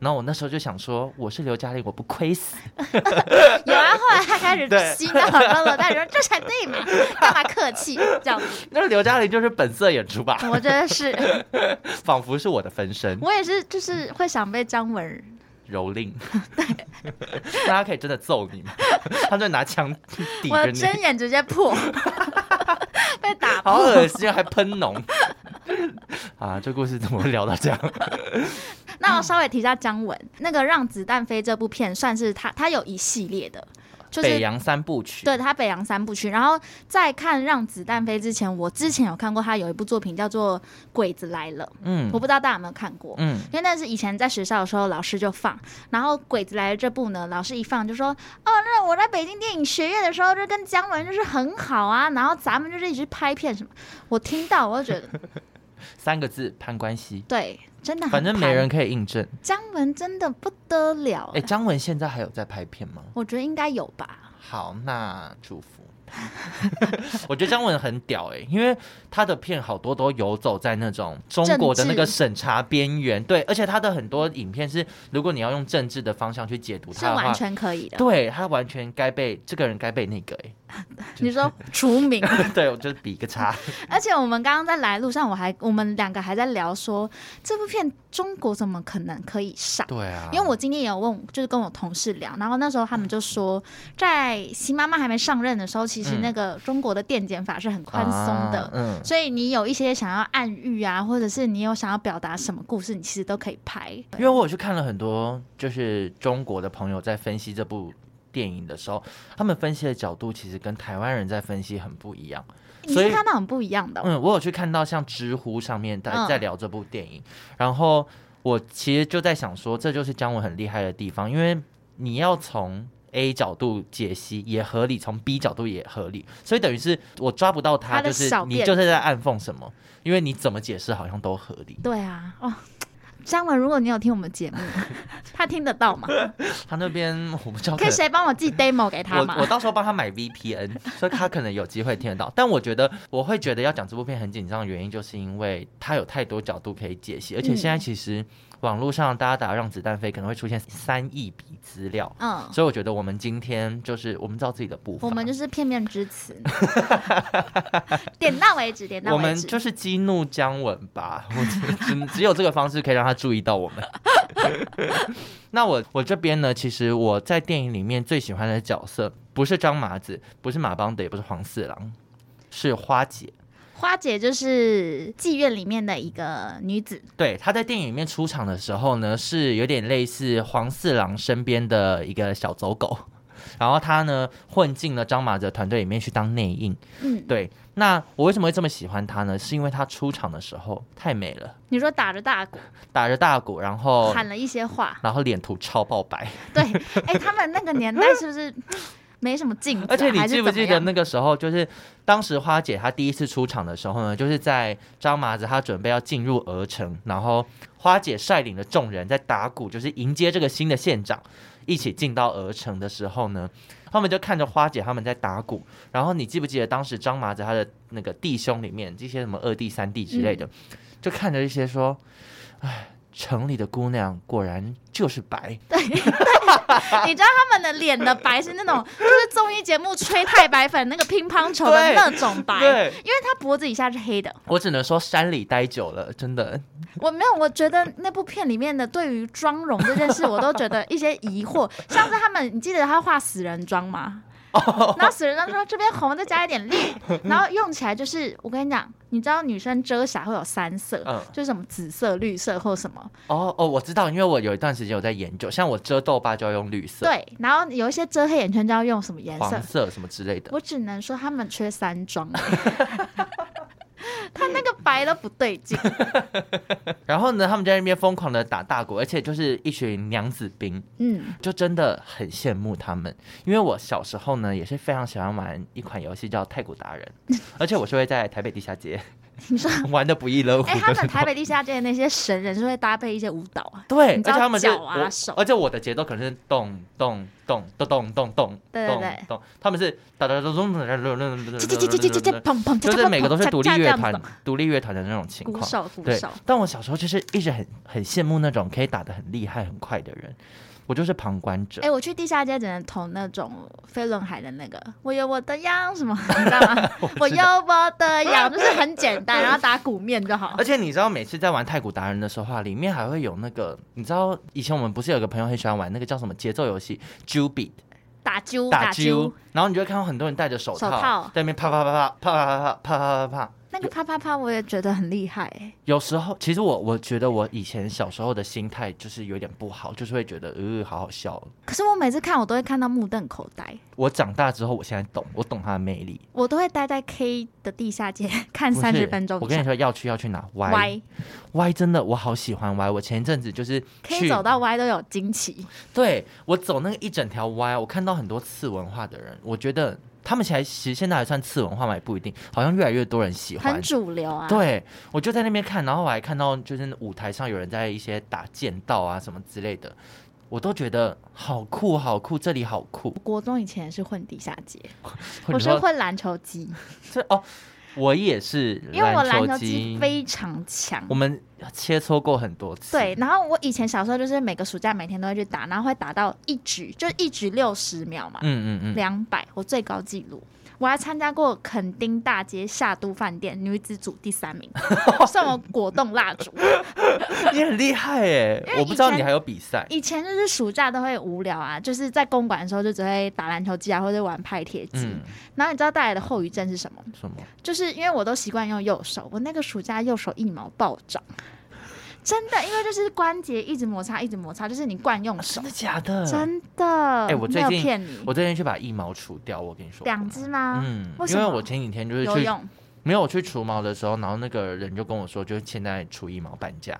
Speaker 3: 然后我那时候就想说，我是刘嘉玲，我不亏死。 [laughs]
Speaker 2: 有啊，后来他开始
Speaker 3: 对
Speaker 2: 吸纳耳光了，但人这才对嘛，干嘛客气？这样，
Speaker 3: 那刘嘉玲就是本色演出吧，
Speaker 2: 我觉得
Speaker 3: [laughs]
Speaker 2: 是，
Speaker 3: 仿佛是我的分身
Speaker 2: 我也是，就是会想被张文
Speaker 3: 蹂躏。 [laughs] 大家可以真的揍你吗？ [laughs] 他就拿枪抵
Speaker 2: 我
Speaker 3: 着
Speaker 2: 的
Speaker 3: 你，
Speaker 2: 针眼直接破， [laughs] 被打
Speaker 3: [laughs] 好
Speaker 2: 破。
Speaker 3: 恶心，还喷脓。 [laughs] 啊，这故事怎么会聊到这样？
Speaker 2: 那我稍微提一下姜文，那个《让子弹飞》这部片算是他，他有一系列的， [laughs] 就是
Speaker 3: 北洋三部曲，
Speaker 2: 对他北洋三部曲，然后在看《让子弹飞》之前，我之前有看过他有一部作品叫做《鬼子来了》，
Speaker 3: 嗯
Speaker 2: 我不知道大家有没有看过。
Speaker 3: 嗯，
Speaker 2: 因为那是以前在学校的时候，老师就放，然后《鬼子来了》这部呢，老师一放就说：“哦，那我在北京电影学院的时候，就跟姜文就是很好啊，然后咱们就是一直拍片什么。”我听到我就觉得，
Speaker 3: 三个字攀关系，
Speaker 2: 对，真的很
Speaker 3: 反正没
Speaker 2: 盘
Speaker 3: 人可以印证。
Speaker 2: 姜文真的不得了
Speaker 3: 哎、，张文现在还有在拍片吗？
Speaker 2: 我觉得应该有吧。
Speaker 3: 好，那祝福。 [laughs] 我觉得张文很屌哎、因为他的片好多都游走在那种中国的那个
Speaker 2: 政治
Speaker 3: 审查边缘，对，而且他的很多影片是，如果你要用政治的方向去解读
Speaker 2: 是
Speaker 3: 他的
Speaker 2: 完
Speaker 3: 话，
Speaker 2: 全可以的。
Speaker 3: 对他完全该被这个人该被那个 [laughs] 哎、
Speaker 2: 你说除名， [laughs]
Speaker 3: 对我就是比一个叉，
Speaker 2: 而且我们刚刚在来路上，我还我们两个还在聊说，这部片中国怎么可能可以上？
Speaker 3: 对啊
Speaker 2: [laughs] 因为我今天也有问，就是跟我同事聊，然后那时候他们就说，在习妈妈还没上任的时候，其实
Speaker 3: 嗯
Speaker 2: 那个中国的电检法是很宽松的，
Speaker 3: 啊嗯，
Speaker 2: 所以你有一些想要暗喻啊，或者是你有想要表达什么故事，你其实都可以拍。
Speaker 3: 因为我有去看了很多，就是中国的朋友在分析这部电影的时候，他们分析的角度其实跟台湾人在分析很不一样。
Speaker 2: 你
Speaker 3: 所以
Speaker 2: 是看到很不一样的哦、
Speaker 3: 嗯，我有去看到像知乎上面在
Speaker 2: 嗯
Speaker 3: 在聊这部电影，然后我其实就在想说，这就是姜文很厉害的地方，因为你要从 A 角度解析也合理，从 B 角度也合理，所以等于是我抓不到他，
Speaker 2: 他的
Speaker 3: 就是
Speaker 2: 小
Speaker 3: 你
Speaker 2: 辫
Speaker 3: 就是在暗讽什么，因为你怎么解释好像都合理。
Speaker 2: 对啊，哦，张文，如果你有听我们节
Speaker 3: [laughs]
Speaker 2: 目，他听得到吗？
Speaker 3: 他那边我不知道
Speaker 2: 可
Speaker 3: 能
Speaker 2: 以谁帮我寄 demo 给他
Speaker 3: 我我
Speaker 2: 吗？
Speaker 3: 到时候帮他买
Speaker 2: [laughs]
Speaker 3: VPN，所以他可能有机会听得到。但我觉得我会觉得要讲这部片很紧张的原因，就是因为它有太多角度可以解析，而且现在其
Speaker 2: 嗯
Speaker 3: 实网络上大家打“让子弹飞”可能会出现三亿笔资料，
Speaker 2: 嗯，
Speaker 3: 所以我觉得我们今天就是我们知道自己的步伐，
Speaker 2: 我们就是片面之
Speaker 3: [laughs]
Speaker 2: 词，点到为止，点到
Speaker 3: 我
Speaker 2: 为
Speaker 3: 们
Speaker 2: 止。
Speaker 3: 就是激怒姜文吧， [laughs] 我觉得只只有这个方式可以让他注意到我们。 [laughs] 那我我这边呢，其实我在电影里面最喜欢的角色不是张麻子，不是马邦德，也不是黄四郎，是花姐。
Speaker 2: 花姐就是妓院里面的一个女子，
Speaker 3: 对，她在电影里面出场的时候呢，是有点类似黄四郎身边的一个小走狗， [laughs] 然后她呢混进了张麻子的团队里面去当内应。
Speaker 2: 嗯，
Speaker 3: 对，那我为什么会这么喜欢她呢？是因为她出场的时候太美了，
Speaker 2: 你说打着大鼓
Speaker 3: 打着大鼓，然后
Speaker 2: 喊了一些话，
Speaker 3: 然后脸涂超
Speaker 2: [laughs]
Speaker 3: 爆白，
Speaker 2: 对，哎，他们那个年代是不 [laughs] 是没什么镜子啊、
Speaker 3: 而且你
Speaker 2: 还是
Speaker 3: 记不
Speaker 2: 怎么
Speaker 3: 记得
Speaker 2: 样
Speaker 3: 那个时候，就是当时花姐她第一次出场的时候呢，就是在张麻子她准备要进入鹅城，然后花姐率领的众人在打鼓，就是迎接这个新的县长一起进到鹅城的时候呢，他们就看着花姐他们在打鼓，然后你记不记得当时张麻子他的那个弟兄里面，这些什么二弟三弟之类
Speaker 2: 嗯
Speaker 3: 的，就看着一些说，哎，城里的姑娘果然就是白。
Speaker 2: 你知道他们的脸的白是那种，就是综艺节目吹太白粉那个乒乓球的
Speaker 3: 对
Speaker 2: 那种白，
Speaker 3: 对
Speaker 2: 因为他脖子以下是黑的。
Speaker 3: 我只能说山里待久了，真的
Speaker 2: 我没有，我觉得那部片里面的对于妆容这件事，我都觉得一些疑惑。像是他们，你记得他画死人妆吗？
Speaker 3: 哦
Speaker 2: 然后死人妆说这边红再加一点绿，然后用起来就是我跟你讲，你知道女生遮瑕会有三色，
Speaker 3: 嗯
Speaker 2: 就是什么紫色、绿色或什么，
Speaker 3: 哦哦，我知道，因为我有一段时间有在研究，像我遮痘疤就要用绿色、
Speaker 2: 对，然后有一些遮黑眼圈就要用什么颜色
Speaker 3: 黄，色什么之类的。
Speaker 2: 我只能说他们缺三装。 [laughs] 他那个白都不对劲，
Speaker 3: 然后呢，他们在那边疯狂的打大鼓，而且就是一群娘子兵， [laughs]
Speaker 2: 嗯，
Speaker 3: 就真的很羡慕他们。因为我小时候呢，也是非常喜欢玩一款游戏叫《太鼓达人》，而且我是会在台北地下街
Speaker 2: 你说，
Speaker 3: 玩的不亦乐乎的
Speaker 2: 哎、
Speaker 3: 那种。
Speaker 2: 他们台北地下街的那些神人是会搭配一些舞蹈啊，
Speaker 3: 对，
Speaker 2: 你知
Speaker 3: 而
Speaker 2: 道
Speaker 3: 且他们是
Speaker 2: 脚啊
Speaker 3: 我
Speaker 2: 手
Speaker 3: 而且我的节奏可能是咚咚咚咚咚咚咚，
Speaker 2: 对对对
Speaker 3: 咚咚，他们是哒哒哒咚咚哒哒哒哒
Speaker 2: 切切切切切切，砰砰，
Speaker 3: 就是每个都是独立乐团
Speaker 2: 砰砰，
Speaker 3: 独立乐团的那种情
Speaker 2: 鼓
Speaker 3: 况。
Speaker 2: 手鼓
Speaker 3: 对
Speaker 2: 手，，
Speaker 3: 但我小时候就是一直很很羡慕那种可以打得很厉害、很快的人，我就是旁观者
Speaker 2: 哎、。我去地下街只能投那种飞轮海的那个，我有我的羊什么， [laughs] 你知道
Speaker 3: [laughs]
Speaker 2: 吗？我有我的羊，就是很简单，然后打鼓面就好
Speaker 3: 而。且你知道，每次在玩太鼓达人的时候啊，里面还会有那个，你知道以前我们不是有个朋友很喜欢玩那个叫什么节奏游戏 j u b e
Speaker 2: 打揪
Speaker 3: a
Speaker 2: 揪
Speaker 3: j，然后你就会看到很多人戴着手
Speaker 2: 手套
Speaker 3: 在那边啪啪啪啪啪啪啪啪啪啪啪。
Speaker 2: 那个啪啪啪，我也觉得很厉害、欸。
Speaker 3: 有时候，其实我我觉得我以前小时候的心态就是有点不好，就是会觉得呃好好笑。
Speaker 2: 可是我每次看，我都会看到目瞪口呆，
Speaker 3: 我长大之后，我现在懂，我懂它的魅力。
Speaker 2: 我都会待在 K 的地下街 [laughs] 看
Speaker 3: 不是
Speaker 2: 三十分钟
Speaker 3: 我
Speaker 2: 以
Speaker 3: 跟你
Speaker 2: 上。
Speaker 3: 说要去要去哪
Speaker 2: Y
Speaker 3: 歪真的我好喜欢歪。我前一阵子就是去
Speaker 2: K 走到 Y 都有惊奇，
Speaker 3: 对我走那个一整条歪，我看到很多次文化的人，我觉得他们其实其实现在还算次文化嘛，也不一定，好像越来越多人喜欢
Speaker 2: 很。主流啊。
Speaker 3: 对，我就在那边看，然后我还看到就是舞台上有人在一些打剑道啊什么之类的，我都觉得好酷好酷，这里好酷
Speaker 2: 我。国中以前也是混地下街，
Speaker 3: 你
Speaker 2: 我是
Speaker 3: 说
Speaker 2: 混篮球机，
Speaker 3: 这哦，我也是，
Speaker 2: 因为我篮球
Speaker 3: 球
Speaker 2: 机
Speaker 3: 机，
Speaker 2: 非常强
Speaker 3: 我。们切磋过很多次。
Speaker 2: 对，，然后我以前小时候就是每个暑假每天都会去打，然后会打到一局，就是一局六十秒嘛，
Speaker 3: 嗯嗯嗯，
Speaker 2: 两百、我最高纪录。我还参加过垦丁大街夏都饭店女子组第三
Speaker 3: [laughs]
Speaker 2: 名，送我果冻蜡烛。啊
Speaker 3: 你很厉害哎
Speaker 2: 因！为
Speaker 3: 我不知道
Speaker 2: 以前
Speaker 3: 你还有比赛，
Speaker 2: 以前就是暑假都会无聊啊，就是在公馆的时候就只会打篮球机啊，或者玩拍铁机。
Speaker 3: 嗯，
Speaker 2: 然后你知道带来的后遗症是什么？
Speaker 3: 什么？
Speaker 2: 就是因为我都习惯用右手，我那个暑假右手一毛暴涨，真的，因为就是关节一直摩擦，一直摩擦，就是你惯用手
Speaker 3: 啊真。的假的？
Speaker 2: 真的，
Speaker 3: 哎我最
Speaker 2: 没有
Speaker 3: 近
Speaker 2: 骗你，
Speaker 3: 我最近去把腋毛除掉，我跟你说。
Speaker 2: 两只吗？
Speaker 3: 嗯，
Speaker 2: 为什
Speaker 3: 因
Speaker 2: 么
Speaker 3: 为我前几天就是
Speaker 2: 游
Speaker 3: 去
Speaker 2: 泳
Speaker 3: 没有我去除毛的时候，然后那个人就跟我说，就是现在除腋毛半价，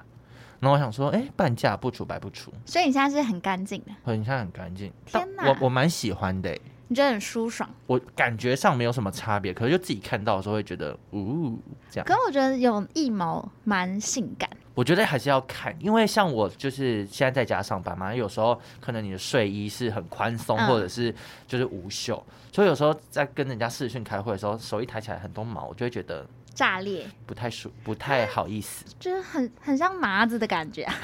Speaker 3: 然后我想说，哎，半价不除白不除，
Speaker 2: 所以你现在是很干净的，
Speaker 3: 很像很干净。但
Speaker 2: 天哪
Speaker 3: 我我蛮喜欢的，
Speaker 2: 你觉得很舒爽。
Speaker 3: 我感觉上没有什么差别，可是就自己看到的时候会觉得，呜，这样
Speaker 2: 可。我觉得有一毛蛮性感，
Speaker 3: 我觉得还是要看，因为像我就是现在在家上班嘛，有时候可能你的睡衣是很宽松，
Speaker 2: 嗯
Speaker 3: 或者是就是无袖，所以有时候在跟人家视讯开会的时候，手一抬起来很多毛，我就会觉得
Speaker 2: 炸裂，
Speaker 3: 不太舒，不太好意思。
Speaker 2: 就是很很像麻子的感觉、
Speaker 3: [laughs]
Speaker 2: 啊，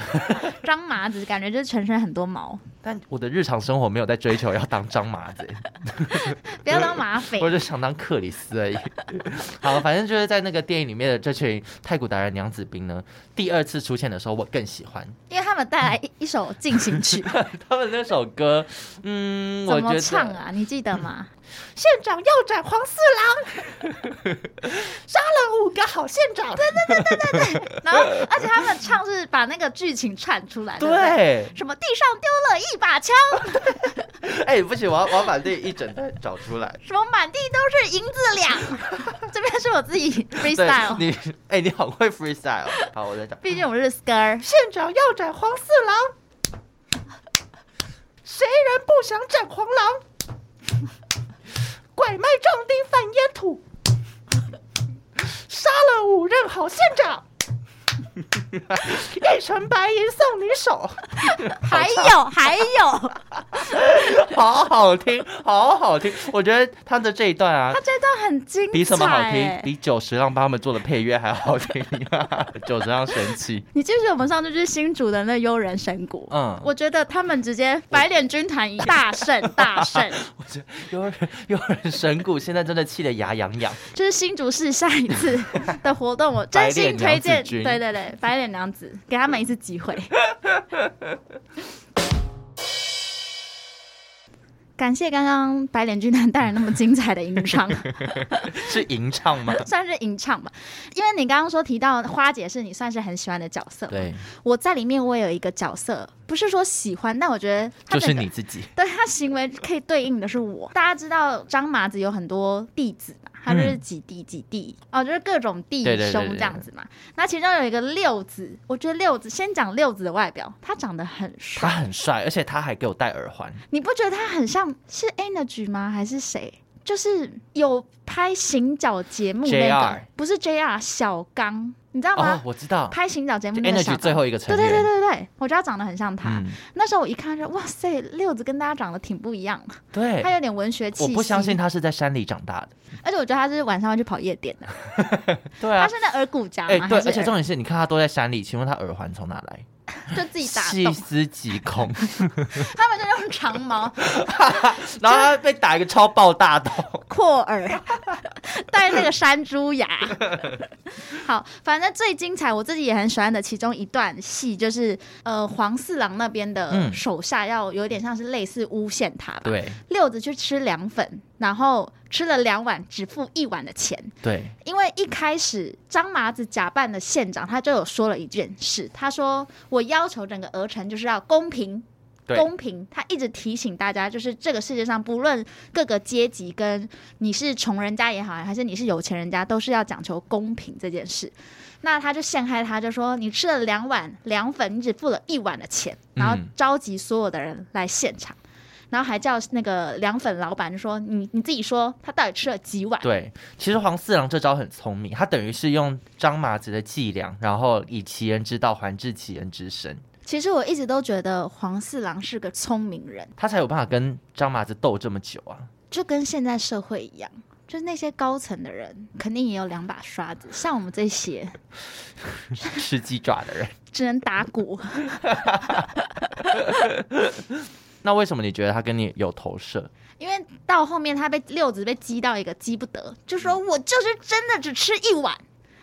Speaker 2: 张麻子感觉就是全身很多毛，
Speaker 3: 但我的日常生活没有在追求要当张麻
Speaker 2: [laughs]
Speaker 3: 子，
Speaker 2: 不要当马匪
Speaker 3: 我。就想当克里斯而已。 [laughs] 好，反正就是在那个电影里面的这群太古达人娘子兵呢，第二次出现的时候，我更喜欢 [laughs]
Speaker 2: 因为他们带来一一首进行曲，
Speaker 3: 他们那首歌。嗯， [laughs] 我
Speaker 2: 怎
Speaker 3: 觉
Speaker 2: 么
Speaker 3: 得
Speaker 2: 唱啊？你记得吗？
Speaker 1: 县长要斩黄四郎，杀了五个好县长。
Speaker 2: 然后，而且他们唱是把那个剧情串出来，对不对？
Speaker 3: 对。
Speaker 2: 什么地上丢了一把枪，
Speaker 3: 哎、不行，我要我要把这一整段找
Speaker 2: [laughs]
Speaker 3: 出来。
Speaker 2: 什么满地都是银子两， [laughs] 这边是我自
Speaker 3: [laughs]
Speaker 2: 己 freestyle。
Speaker 3: 你哎、你好会 freestyle 哦。好，我再找。
Speaker 2: 毕竟我是 skr，
Speaker 1: 县长要斩黄四郎，谁人不想斩黄狼？拐卖壮丁贩烟土，杀了五任好县长，一城白银送你手。
Speaker 2: 还有还
Speaker 3: [laughs]
Speaker 2: 有，
Speaker 3: 好好听，好好听。我觉得他的这一段啊
Speaker 2: 他，这段很精彩。欸
Speaker 3: 比什么好听？比九十让帮他们做的配乐还好听、啊。九十让神奇，
Speaker 2: 你记不记得我们上次去新竹的那悠人神谷？
Speaker 3: 嗯
Speaker 2: 我觉得他们直接白脸军团一大
Speaker 3: [laughs]
Speaker 2: 胜大胜，
Speaker 3: 我觉得有人有人神谷现在真的气得牙痒痒。
Speaker 2: 就是新竹市下一次的活动，我真心推
Speaker 3: [laughs] 白脸娘
Speaker 2: 荐。
Speaker 3: 子军
Speaker 2: 对对对，白脸娘子给他们一次机会。 [laughs] 感谢刚刚白脸军团带来那么精彩的吟唱。啊
Speaker 3: [laughs] 是吟唱吗？
Speaker 2: 算是吟唱吧，因为你刚刚说提到花姐是你算是很喜欢的角色，
Speaker 3: 对，
Speaker 2: 我在里面我也有一个角色，不是说喜欢，但我觉得她
Speaker 3: 就
Speaker 2: 整
Speaker 3: 是
Speaker 2: 个
Speaker 3: 你自己。
Speaker 2: 对他行为可以对应的是我。大家知道张麻子有很多弟子嘛，他就是几弟几弟、哦，就是各种弟
Speaker 3: 嗯对对对
Speaker 2: 兄
Speaker 3: 对对
Speaker 2: 这样子嘛。那其中有一个六子，我觉得六子先讲六子的外表，他长得很
Speaker 3: 他
Speaker 2: 帅，
Speaker 3: 很帅，而且他还给我戴耳环。
Speaker 2: 你不觉得他很像是 Energy 吗？还是谁？就是有拍行脚节目那个
Speaker 3: JR，
Speaker 2: 不是 JR 小刚，你知道
Speaker 3: 哦
Speaker 2: 吗，？
Speaker 3: 我知道
Speaker 2: 拍行脚节目
Speaker 3: 就
Speaker 2: 那个小
Speaker 3: ，Energy
Speaker 2: 刚
Speaker 3: 最后一个成
Speaker 2: 对
Speaker 3: 员，
Speaker 2: 对对对对，我觉得他长得很像他。
Speaker 3: 嗯，
Speaker 2: 那时候我一看就哇塞，六子跟大家长得挺不一样，
Speaker 3: 对，
Speaker 2: 他有点文学气
Speaker 3: 哎我
Speaker 2: 息。
Speaker 3: 不相信，他是在山里长大的。
Speaker 2: 而且我觉得他是晚上会去跑夜店的。
Speaker 3: 对
Speaker 2: 他
Speaker 3: 啊，
Speaker 2: 是那耳骨夹
Speaker 3: 哎、
Speaker 2: 吗？
Speaker 3: 对，
Speaker 2: 还是
Speaker 3: 而且
Speaker 2: 耳
Speaker 3: 重点是，你看他都在山里，请问他耳环从哪来？
Speaker 2: 就自己打
Speaker 3: 细
Speaker 2: 洞，
Speaker 3: 思极恐，
Speaker 2: 他们就用长毛
Speaker 3: 然后他被打一个超爆大洞。
Speaker 2: 扩耳， [laughs] 戴那个山猪牙。 [laughs] 好，反正最精彩，我自己也很喜欢的其中一段戏，就是呃黄四郎那边的
Speaker 3: 嗯
Speaker 2: 手下要有点像是类似诬陷他吧。
Speaker 3: 对
Speaker 2: 六子去吃凉粉，然后吃了两碗，只付一碗的钱。
Speaker 3: 对，
Speaker 2: 因为一开始张麻子假扮的县长，他就有说了一件事，他说我要求整个鹅城就是要公平。
Speaker 3: 对
Speaker 2: 公平，他一直提醒大家，就是这个世界上不论各个阶级，跟你是穷人家也好，还是你是有钱人家，都是要讲求公平这件事。那他就陷害他，就说你吃了两碗凉粉，你只付了一碗的钱，然后
Speaker 3: 嗯
Speaker 2: 召集所有的人来现场，然后还叫那个凉粉老板就说你你自己说他到底吃了几碗，
Speaker 3: 对，其实黄四郎这招很聪明，他等于是用张麻子的伎俩，然后以其人之道还治其人之身，
Speaker 2: 其实我一直都觉得黄四郎是个聪明人，
Speaker 3: 他才有办法跟张麻子斗这么久啊。
Speaker 2: 就跟现在社会一样，就是那些高层的人肯定也有两把刷子，像我们这些
Speaker 3: 吃鸡爪的人， [laughs]
Speaker 2: 只能打鼓。 [laughs]
Speaker 3: 那为什么你觉得他跟你有投射？
Speaker 2: 因为到后面他被六子被激到一个激不得，就说我就是真的只吃一碗。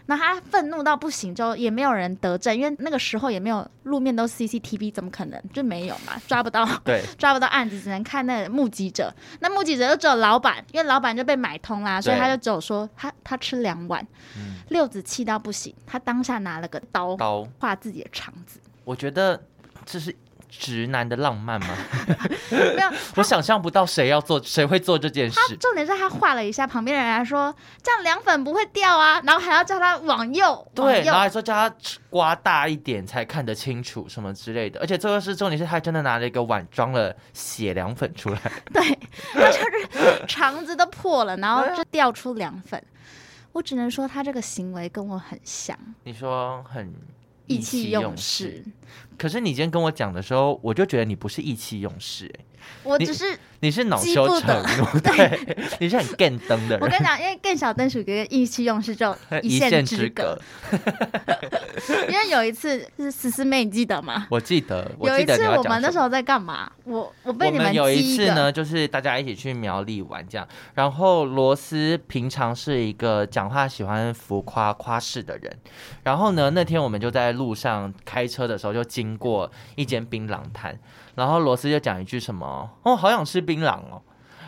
Speaker 2: 那他愤怒到不行，之后也没有人得证，因为那个时候也没有路面都 CCTV，怎么可能就没有嘛？抓不到，
Speaker 3: 对
Speaker 2: 抓不到案子，只能看那个目击者。那目击者就只有老板，因为老板就被买通啦，所以
Speaker 3: 对
Speaker 2: 他就只有说他他吃两碗。六子气到不行，他当下拿了个嗯刀
Speaker 3: 刀，
Speaker 2: 划自己的肠 [laughs] 子，
Speaker 3: 我觉得这是直男的浪漫吗？ [laughs]
Speaker 2: 没有。
Speaker 3: 我想象不到谁要做，谁会做这件
Speaker 2: 他
Speaker 3: 事。
Speaker 2: 重点是他画了一下，旁边的人还说这样凉粉不会掉啊，然后还要叫他往右，
Speaker 3: 对，
Speaker 2: 往
Speaker 3: 然后还
Speaker 2: 右。
Speaker 3: 说叫他刮大一点才看得清楚什么之类的，而且最后是重点是他真的拿了一个碗装了血凉粉出来，
Speaker 2: 对，他就是肠子都破了，然后就掉出凉粉。我只能说他这个行为跟我很像，
Speaker 3: 你说很
Speaker 2: 意气
Speaker 3: 用
Speaker 2: 用事。。
Speaker 3: 可是你今天跟我讲的时候，我就觉得你不是意气用事、欸，
Speaker 2: 我
Speaker 3: 你
Speaker 2: 只是
Speaker 3: 你是恼
Speaker 2: 急
Speaker 3: 羞
Speaker 2: 不
Speaker 3: 成
Speaker 2: 得 [laughs]
Speaker 3: 怒，对，你是很更登的
Speaker 2: 我
Speaker 3: 人，
Speaker 2: 跟你讲，因为更小灯属于跟意气用事就 [laughs]
Speaker 3: [laughs]
Speaker 2: 一
Speaker 3: 线
Speaker 2: 之
Speaker 3: 隔。。
Speaker 2: [laughs] 因为有一次是思思妹，你记得吗？
Speaker 3: 我记得，我
Speaker 2: 有
Speaker 3: 记
Speaker 2: 一
Speaker 3: 得你
Speaker 2: 次
Speaker 3: 要
Speaker 2: 我
Speaker 3: 讲
Speaker 2: 们那
Speaker 3: 什
Speaker 2: 时
Speaker 3: 么
Speaker 2: 候在干嘛？我我被
Speaker 3: 我
Speaker 2: 你们
Speaker 3: 们有
Speaker 2: 激
Speaker 3: 一次
Speaker 2: 个，
Speaker 3: 呢，就是大家一起去苗栗玩这样。然后罗斯平常是一个讲话喜欢浮夸夸饰的人，然后呢，那天我们就在路上开车的时候就经过一间槟榔摊，然后罗斯就讲一句什么：“哦，好想吃槟榔哦。”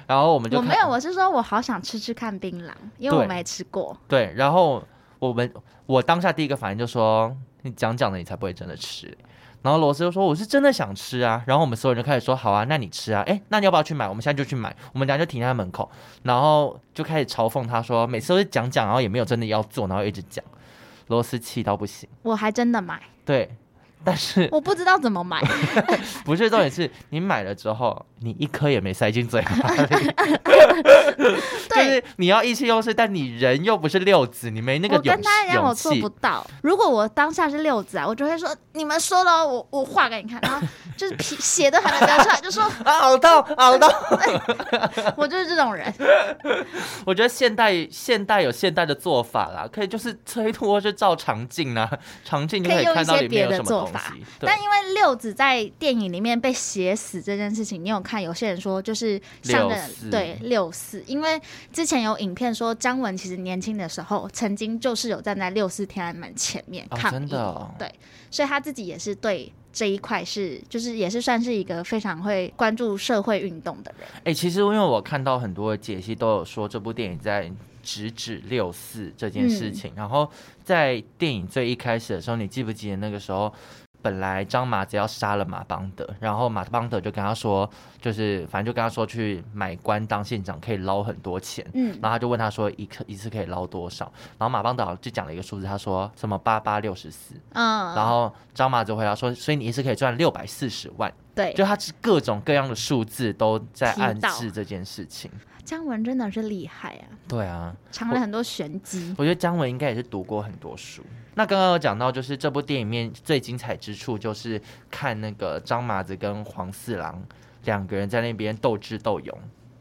Speaker 3: 然后我们就
Speaker 2: 我
Speaker 3: 看
Speaker 2: 没有，我是说我好想吃吃看槟榔，因为我
Speaker 3: 对
Speaker 2: 没吃
Speaker 3: [laughs]
Speaker 2: 过。
Speaker 3: 对，然后我们我当下第一个反应就说：“你讲讲的，你才不会真的吃。”然后罗斯就说：“我是真的想吃啊。”然后我们所有人就开始说：“好啊，那你吃啊。哎，那你要不要去买？我们现在就去买。我们等下就停在他门口，然后就开始嘲讽他说：每次都是讲讲，然后也没有真的要做，然后一直讲。”罗斯气到不行，
Speaker 2: 我还真的买，
Speaker 3: 对。
Speaker 2: [laughs]
Speaker 3: 但是
Speaker 2: 我不知道怎么
Speaker 3: [laughs]
Speaker 2: 买，
Speaker 3: 不是重点是你买了之后，你一颗也没塞进嘴巴里，就
Speaker 2: 对。
Speaker 3: 是你要意气用事，但你人又不是六子，你没那个
Speaker 2: 我
Speaker 3: 勇
Speaker 2: 跟他一样，我
Speaker 3: 勇
Speaker 2: 做
Speaker 3: 气
Speaker 2: 不。到。如果我当下是六子啊，我就会说你们说了哦，我我画给你看，然后就是皮写的还没得出来，就说 [laughs]
Speaker 3: 啊，好痛，好痛！
Speaker 2: 我就是这种人。
Speaker 3: 我觉得现代现代有现代的做法啦，可以就是催吐或是照常镜啊，常镜就
Speaker 2: 可以用
Speaker 3: 看到
Speaker 2: 一些
Speaker 3: 里面有
Speaker 2: 别的
Speaker 3: 什么
Speaker 2: 做
Speaker 3: 东
Speaker 2: 法
Speaker 3: 西。对
Speaker 2: 但因为六子在电影里面被写死这件事情，你有看有些人说就是像
Speaker 3: 六
Speaker 2: 那
Speaker 3: 四
Speaker 2: 对六四，因为之前有影片说张文其实年轻的时候曾经就是有站在六四天安门前面
Speaker 3: 哦
Speaker 2: 抗
Speaker 3: 真
Speaker 2: 议，
Speaker 3: 的哦
Speaker 2: 对，所以他自己也是对。这一块是，就是也是算是一个非常会关注社会运动的人。
Speaker 3: 哎、其实因为我看到很多的解析都有说这部电影在直指六四这件
Speaker 2: 嗯
Speaker 3: 事情，然后在电影最一开始的时候，你记不记得那个时候？本来张麻子要杀了马邦德，然后马邦德就跟他说，就是反正就跟他说去买官当县长可以捞很多钱，
Speaker 2: 嗯，
Speaker 3: 然后他就问他说一克一次可以捞多少，然后马邦德就讲了一个数字，他说什么八八六十四，
Speaker 2: 嗯，
Speaker 3: 然后张麻子回答说，所以你一次可以赚六百四十万。
Speaker 2: 对，
Speaker 3: 就它是各种各样的数字都在
Speaker 2: 提
Speaker 3: 暗
Speaker 2: 到
Speaker 3: 示这件事情。
Speaker 2: 姜文真的是厉害啊，
Speaker 3: 对啊，
Speaker 2: 藏了很多玄机。
Speaker 3: 我觉得姜文应该也是读过很多书。那刚刚有讲到，就是这部电影里面最精彩之处，就是看那个张麻子跟黄四郎两个人在那边斗智斗勇、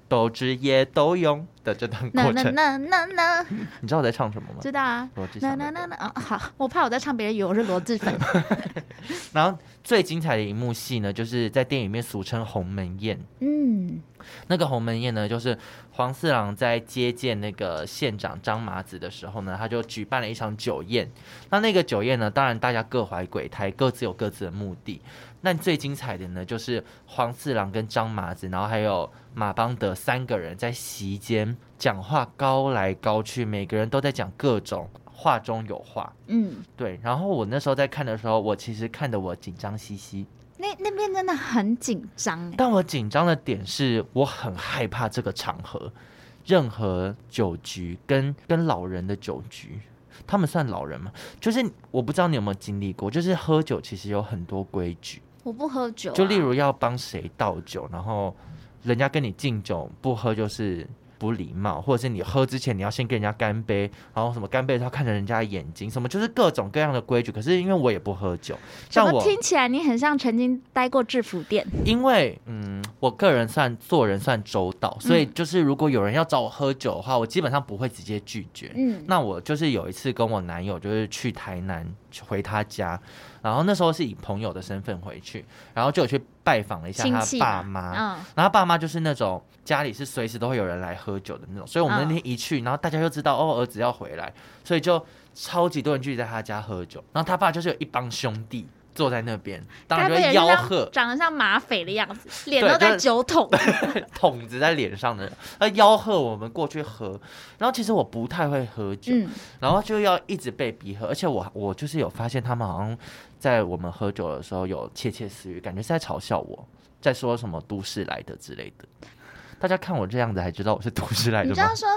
Speaker 3: 斗智也斗勇的这段
Speaker 2: 那
Speaker 3: 过
Speaker 2: 那
Speaker 3: 程。
Speaker 2: 那那那，
Speaker 3: 你知道我在唱什么吗？
Speaker 2: 知道啊。
Speaker 3: 罗志
Speaker 2: 那
Speaker 3: 祥
Speaker 2: 那
Speaker 3: 的
Speaker 2: 那
Speaker 3: 歌。
Speaker 2: 那啊，好，我怕我在唱别人以为我是罗志
Speaker 3: [laughs]
Speaker 2: 粉。
Speaker 3: 然后最精彩的一幕戏呢，就是在电影里面俗称鸿门宴。
Speaker 2: 嗯，
Speaker 3: 那个鸿门宴呢，就是黄四郎在接见那个县长张麻子的时候呢，他就举办了一场酒宴。那那个酒宴呢，当然大家各怀鬼胎，各自有各自的目的。那最精彩的呢，就是黄四郎跟张麻子，然后还有马邦德三个人在席间讲话，高来高去，每个人都在讲各种话中有话。
Speaker 2: 嗯，
Speaker 3: 对，然后我那时候在看的时候，我其实看得我紧张兮兮，
Speaker 2: 那那边真的很紧张哎。
Speaker 3: 但我紧张的点是我很害怕这个场合，任何酒局跟跟老人的酒局，他们算老人吗？就是我不知道你有没有经历过，就是喝酒其实有很多规矩，
Speaker 2: 我不喝酒啊、
Speaker 3: 就例如要帮谁倒酒，然后人家跟你敬酒不喝就是。不礼貌，或者是你喝之前你要先跟人家干杯，然后什么干杯的时候看着人家的眼睛，什么就是各种各样的规矩。可是因为我也不喝酒，
Speaker 2: 怎
Speaker 3: 像
Speaker 2: 么
Speaker 3: 我
Speaker 2: 听起来你很像曾经待过制服店？
Speaker 3: 因为嗯，我个人算做人算周到，
Speaker 2: 嗯
Speaker 3: 所以就是如果有人要找我喝酒的话，我基本上不会直接拒绝。
Speaker 2: 嗯，
Speaker 3: 那我就是有一次跟我男友就是去台南去回他家，然后那时候是以朋友的身份回去，然后就有去拜访了一下
Speaker 2: 亲
Speaker 3: 他
Speaker 2: 戚
Speaker 3: 爸
Speaker 2: 嘛
Speaker 3: 妈。
Speaker 2: 嗯，
Speaker 3: 然后他爸妈就是那种家里是随时都会有人来喝酒的那种，所以我们那天一去，然后大家就知道哦，儿子要回来，所以就超级多人聚集在他家喝酒。然后他爸就是有一帮兄弟坐在那边，当
Speaker 2: 该
Speaker 3: 然
Speaker 2: 不
Speaker 3: 就
Speaker 2: 会
Speaker 3: 会
Speaker 2: 也是
Speaker 3: 吆
Speaker 2: 像
Speaker 3: 喝，
Speaker 2: 长得像马匪的样子，脸
Speaker 3: 对
Speaker 2: 都在
Speaker 3: 就是
Speaker 2: 酒桶。
Speaker 3: [laughs] 筒子在脸上的，他吆喝我们过去喝。然后其实我不太会喝酒，
Speaker 2: 嗯，
Speaker 3: 然后就要一直被逼喝，而且我我就是有发现他们好像在我们喝酒的时候有窃窃私语，感觉是在嘲笑我，在说什么都市来的之类的。大家看我这样子，还知道我是都市来
Speaker 2: 你
Speaker 3: 的
Speaker 2: 这
Speaker 3: 吗
Speaker 2: 样？说，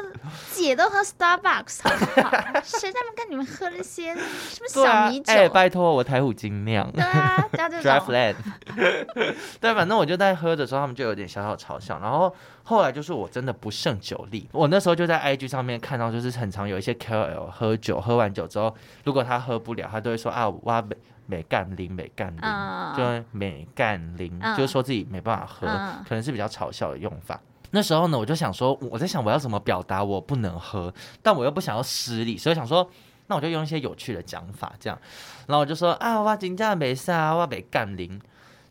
Speaker 2: 姐都喝 Starbucks 好不好？ [laughs] 谁他们跟你们喝那些什么
Speaker 3: 对
Speaker 2: 小
Speaker 3: 啊
Speaker 2: 米，酒？
Speaker 3: 哎、拜托我台虎精酿。
Speaker 2: 对啊，大
Speaker 3: [laughs]
Speaker 2: 家
Speaker 3: Dry
Speaker 2: 这种
Speaker 3: flat，对，反正我就在喝的时候，他们就有点小小嘲笑。然后后来就是我真的不胜酒力，我那时候就在 IG 上面看到，就是很常有一些 KOL 喝酒，喝完酒之后，如果他喝不了，他都会说啊，我没没干零，没干零，
Speaker 2: 嗯
Speaker 3: 就没干零，
Speaker 2: 嗯
Speaker 3: 就是说自己没办法喝，
Speaker 2: 嗯
Speaker 3: 可能是比较嘲笑的用法。那时候呢，我就想说，我在想我要怎么表达我不能喝，但我又不想要失礼，所以想说，那我就用一些有趣的讲法这样。然后我就说啊，我真的没事啊，我没干零。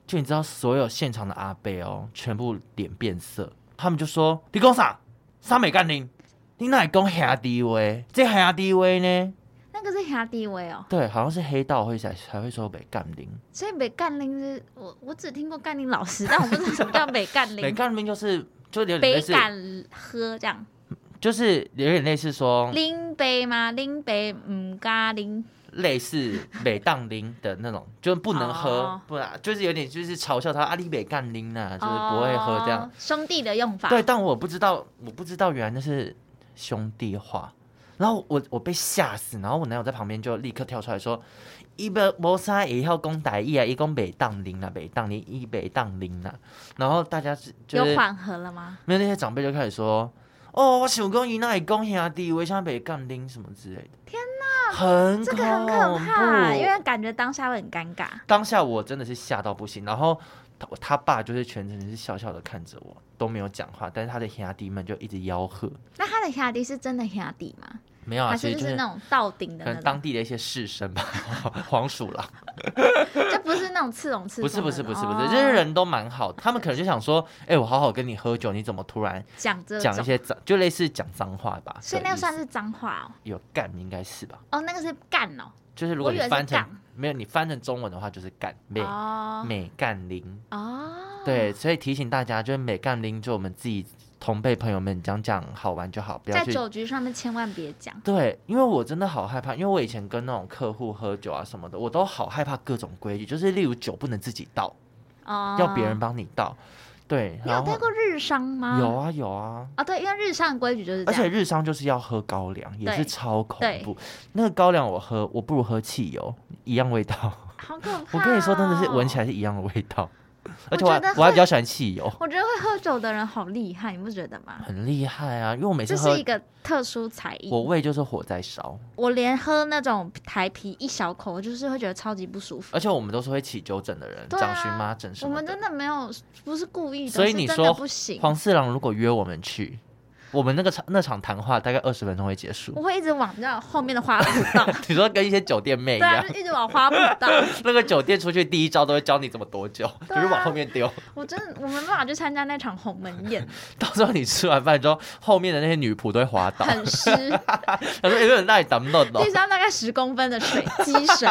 Speaker 3: 就你知道，所有现场的阿伯哦，全部脸变色，他们就说你讲啥？啥没干零？你哪会讲兄弟话？这兄弟话呢？
Speaker 2: 那个是下地位哦，
Speaker 3: 对，好像是黑道会才才会说没干零。
Speaker 2: 所以北干林是我我只听过干林老师，但我不知道什么叫北干
Speaker 3: 没
Speaker 2: 林，
Speaker 3: 干零就是就有点类
Speaker 2: 北
Speaker 3: 似，
Speaker 2: 干喝这样，
Speaker 3: 就是有点类似说
Speaker 2: 拎杯吗？拎杯嗯，咖拎，
Speaker 3: 类似美当零的那种，就是不能喝，
Speaker 2: 哦
Speaker 3: 不然就是有点就是嘲笑他阿里美干零呐、啊就是不会喝这样。
Speaker 2: 哦，兄弟的用法，
Speaker 3: 对，但我不知道，我不知道原来那是兄弟话。然后我我被吓死，然后我男友在旁边就立刻跳出来说：“伊不无啥也要讲台语啊，伊讲北当林啊，北当林，伊北当林啊。”然后大家是就
Speaker 2: 有
Speaker 3: 是
Speaker 2: 缓和了吗？
Speaker 3: 没有那些长辈就开始说：“哦，我想讲伊那里讲兄弟，为啥北干林什么之类的。”天哪，很
Speaker 2: 这
Speaker 3: 恐
Speaker 2: 个很可怕，
Speaker 3: 怖
Speaker 2: 因为感觉当下会很尴尬。
Speaker 3: 当下我真的是吓到不行，然后他他爸就是全程是笑笑的看着我，都没有讲话，但是他的兄弟们就一直吆喝，
Speaker 2: 那他的下地是真的下地吗？
Speaker 3: 没有啊，
Speaker 2: 还
Speaker 3: 其
Speaker 2: 是
Speaker 3: 实
Speaker 2: 就
Speaker 3: 就是
Speaker 2: 是那种到顶的
Speaker 3: 可
Speaker 2: 那
Speaker 3: 能
Speaker 2: 种
Speaker 3: 当？地的一些士绅吧， [laughs] 黄鼠
Speaker 2: [laughs]
Speaker 3: 狼，
Speaker 2: 这不是那种刺龙刺
Speaker 3: 不
Speaker 2: 凤
Speaker 3: 是
Speaker 2: 的
Speaker 3: 不是不是不是，
Speaker 2: 哦
Speaker 3: 就是人都蛮好的，他们可能就想说，哎、我好好跟你喝酒，你怎么突然
Speaker 2: 讲这
Speaker 3: 讲一
Speaker 2: 种，
Speaker 3: 些脏，就类似讲脏话吧，
Speaker 2: 所以那
Speaker 3: 的
Speaker 2: 个
Speaker 3: 意
Speaker 2: 算
Speaker 3: 思
Speaker 2: 是脏话哦。
Speaker 3: 有干应该是吧，
Speaker 2: 哦，那个是干哦，
Speaker 3: 就是如果
Speaker 2: 我以
Speaker 3: 你
Speaker 2: 为是
Speaker 3: 翻成
Speaker 2: 杠
Speaker 3: 没有你翻成中文的话就是干美
Speaker 2: 哦
Speaker 3: 美干林。
Speaker 2: 哦，
Speaker 3: 对，所以提醒大家，就是美干林，就我们自己同辈朋友们讲讲好玩就好，不要
Speaker 2: 在
Speaker 3: 去。
Speaker 2: 酒局上面千万别讲。
Speaker 3: 对，因为我真的好害怕，因为我以前跟那种客户喝酒啊什么的，我都好害怕各种规矩，就是例如酒不能自己倒，
Speaker 2: 哦，
Speaker 3: 要别人。帮你倒。对，
Speaker 2: 你有
Speaker 3: 然
Speaker 2: 待
Speaker 3: 后
Speaker 2: 过日商吗？
Speaker 3: 有。啊有啊，
Speaker 2: 哦，对，因为日商的规矩就是这
Speaker 3: 而且
Speaker 2: 样。
Speaker 3: 日商就是要喝高粱，也
Speaker 2: 对
Speaker 3: 是超恐
Speaker 2: 对
Speaker 3: 怖。那个高粱我喝，我不如喝汽油，一样味道。
Speaker 2: [laughs] 好可怕哦！
Speaker 3: 我跟你说，真的是闻起来是一样的味道。而且我还
Speaker 2: 觉得
Speaker 3: 我还
Speaker 2: 会
Speaker 3: 比较喜欢汽油，
Speaker 2: 哦我觉得会喝酒的人好厉害，你不觉得吗？
Speaker 3: 很厉害啊！因为我每次
Speaker 2: 这
Speaker 3: 喝
Speaker 2: 是一，个特殊才艺。
Speaker 3: 我
Speaker 2: 我
Speaker 3: 胃就是火在烧，
Speaker 2: 连喝那种台啤一小口，我就是会觉得超级不舒服。
Speaker 3: 而且我们都是会起酒疹的人，
Speaker 2: 对
Speaker 3: 长
Speaker 2: 啊
Speaker 3: 荨麻疹什
Speaker 2: 我
Speaker 3: 么
Speaker 2: 们
Speaker 3: 的
Speaker 2: 真。的没有，不是故意的，
Speaker 3: 所以
Speaker 2: 是
Speaker 3: 你
Speaker 2: 真
Speaker 3: 说
Speaker 2: 的不行，
Speaker 3: 黄四郎如果约我们去，我们那个场那场谈话大概二十分钟会结
Speaker 2: 我
Speaker 3: 束。
Speaker 2: 会一直往那后面的花圃倒，
Speaker 3: [laughs] 你说跟一些酒店妹一
Speaker 2: 对啊，
Speaker 3: 样
Speaker 2: 就，一直往花圃倒。 [laughs]
Speaker 3: 那个酒店出去第一招都会教你怎么躲酒，就
Speaker 2: 对
Speaker 3: 是往
Speaker 2: 啊
Speaker 3: 后面丢。 [laughs]
Speaker 2: 我真的我没办法去参加那场鸿门宴，
Speaker 3: 到时候你吃完饭之后，后面的那些女仆都会滑 [laughs] 倒。 [laughs]
Speaker 2: 很湿，
Speaker 3: 他说：“有人那里等不到。
Speaker 2: 地上大概十公分的水，积水。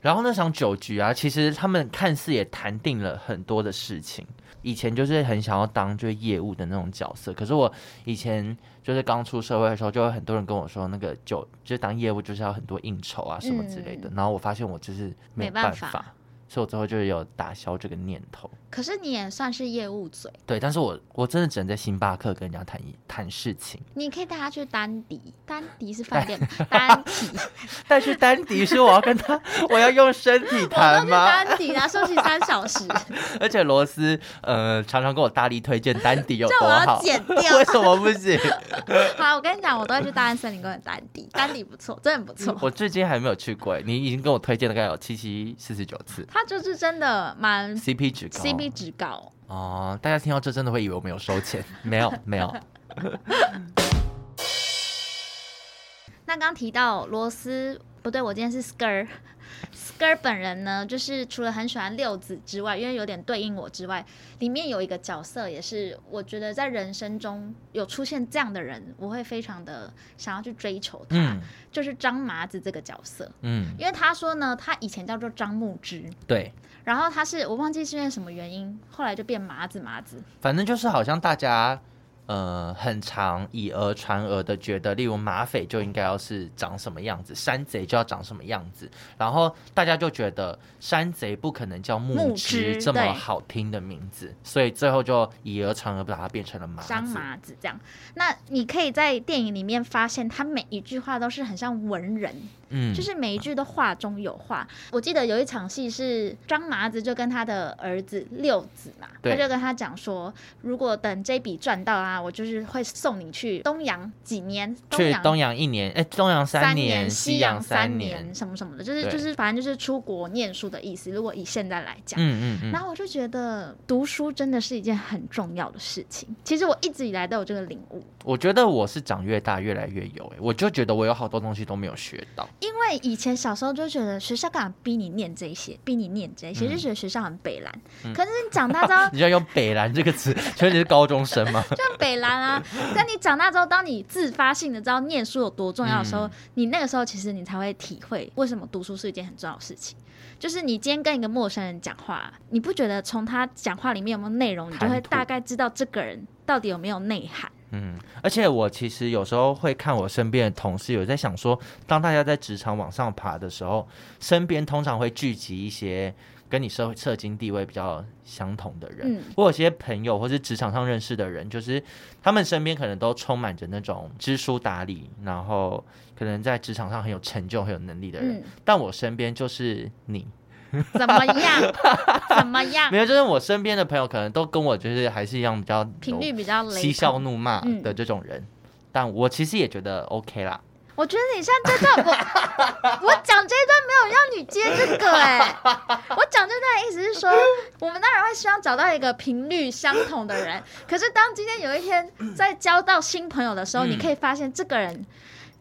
Speaker 3: 然后那场酒局啊，其实他们看似也谈定了很多的事情。以前就是很想要当就是业务的那种角色，可是我以前就是刚出社会的时候，就有很多人跟我说，那个酒就是当业务就是要很多应酬啊什么之类的。然后我发现我就是没
Speaker 2: 嗯没
Speaker 3: 有
Speaker 2: 办
Speaker 3: 办
Speaker 2: 法
Speaker 3: 所以我最后就是有打消这个念头。
Speaker 2: 可是你也算是业务嘴，
Speaker 3: 对，但是我我真的只能在星巴克跟人家谈一谈事情。
Speaker 2: 你可以带他去丹迪，丹迪是饭店吗，丹迪，
Speaker 3: 但是丹迪说我要跟他， [laughs] 我要用身体
Speaker 2: 我都
Speaker 3: 谈
Speaker 2: 去
Speaker 3: 吗？
Speaker 2: 丹迪啦，休息三小时，
Speaker 3: 而且罗斯呃常常跟我大力推荐丹迪有
Speaker 2: 这
Speaker 3: 多
Speaker 2: 我要
Speaker 3: 好，
Speaker 2: 剪
Speaker 3: [laughs] 为
Speaker 2: 掉。
Speaker 3: 什么不
Speaker 2: [laughs]
Speaker 3: 行？
Speaker 2: 好，我跟你讲，我都会去大安森林公园丹迪，丹迪不错，真的不错。
Speaker 3: 我至今还没有去过欸，你已经跟我推荐大概有七七四十九次
Speaker 2: 他就是真的蛮
Speaker 3: ，CP 值高。
Speaker 2: CP 值高。
Speaker 3: 哦，大家听到这真的会以为我们有收钱， [laughs] 没有没有。
Speaker 2: 那刚提到罗斯，不对，我今天是 Skr。Skr 本人呢，就是除了很喜欢六子之外，因为有点对应我之外，里面有一个角色也是我觉得在人生中有出现这样的人，我会非常的想要去追求他，
Speaker 3: 嗯
Speaker 2: 就是张麻子这个角色。
Speaker 3: 嗯，
Speaker 2: 因为他说呢，他以前叫做张木之，
Speaker 3: 对，
Speaker 2: 然后他是我忘记是因为什么原因，后来就变麻子麻子。
Speaker 3: 反正就是好像大家。呃，很常以讹传讹的，觉得例如马匪就应该要是长什么样子，山贼就要长什么样子，然后大家就觉得山贼不可能叫
Speaker 2: 木
Speaker 3: 之
Speaker 2: 之
Speaker 3: 这么
Speaker 2: 对
Speaker 3: 好听的名字，所以最后就以讹传讹，把它变成了马
Speaker 2: 张
Speaker 3: 子。
Speaker 2: 麻子这样。那你可以在电影里面发现，他每一句话都是很像文人，
Speaker 3: 嗯，
Speaker 2: 就是每一句都话中有话。我记得有一场戏是张麻子就跟他的儿子六子嘛，
Speaker 3: 对
Speaker 2: 他就跟他讲说，如果等这笔赚到啊，我就是会送你去东洋几年，
Speaker 3: 去
Speaker 2: 洋
Speaker 3: 东洋一年，哎，东洋
Speaker 2: 三
Speaker 3: 年，
Speaker 2: 西
Speaker 3: 洋
Speaker 2: 三
Speaker 3: 年。
Speaker 2: 什么什么的，就是
Speaker 3: 对
Speaker 2: 就是反正就是出国念书的意思。如果以现在来讲。
Speaker 3: 嗯嗯
Speaker 2: 然
Speaker 3: 嗯，
Speaker 2: 后我就觉得读书真的是一件很重要的事情。其实我一直以来都有这个领悟，
Speaker 3: 我觉得我是长越大越来越有、哎，我就觉得我有好多东西都没有学到。
Speaker 2: 因为以前小时候就觉得学校干嘛逼你念这些，逼你念这些，
Speaker 3: 嗯
Speaker 2: 就觉得学校很北蓝。
Speaker 3: 嗯，
Speaker 2: 可是你长大之后
Speaker 3: 你要用“北兰”这个词， [laughs] 请问你是高中生吗？
Speaker 2: 就很北蓝啊。但你长大之后，当你自发性的知道念书有多重要的时候，
Speaker 3: 嗯
Speaker 2: 你那个时候其实你才会体会为什么读书是一件很重要的事情。就是你今天跟一个陌生人讲话，你不觉得从他讲话里面有没有内容，你就会
Speaker 3: 谈吐
Speaker 2: 大概知道这个人到底有没有内涵。
Speaker 3: 嗯，而且我其实有时候会看我身边的同事，有在想说，当大家在职场往上爬的时候，身边通常会聚集一些跟你社会社经地位比较相同的人。
Speaker 2: 嗯
Speaker 3: 我有些朋友或是职场上认识的人，就是他们身边可能都充满着那种知书达理，然后可能在职场上很有成就、很有能力的人。
Speaker 2: 嗯
Speaker 3: 但我身边就是你，
Speaker 2: 怎么样？怎么样
Speaker 3: [laughs] 没？有，就是我身边的朋友可能都跟我就是还是一样比较
Speaker 2: 频率比较
Speaker 3: 有
Speaker 2: 雷
Speaker 3: 嬉笑
Speaker 2: 同。
Speaker 3: 怒骂
Speaker 2: 嗯
Speaker 3: 的这种人。但我其实也觉得 OK 啦，
Speaker 2: 我觉得你像这段
Speaker 3: [laughs]
Speaker 2: 我我讲这一段没有让你接这个哎、我讲这段的意思是说，我们当然会希望找到一个频率相同的
Speaker 3: [laughs]
Speaker 2: 人，可是当今天有一天在交到新朋友的时候，
Speaker 3: 嗯
Speaker 2: 你可以发现这个人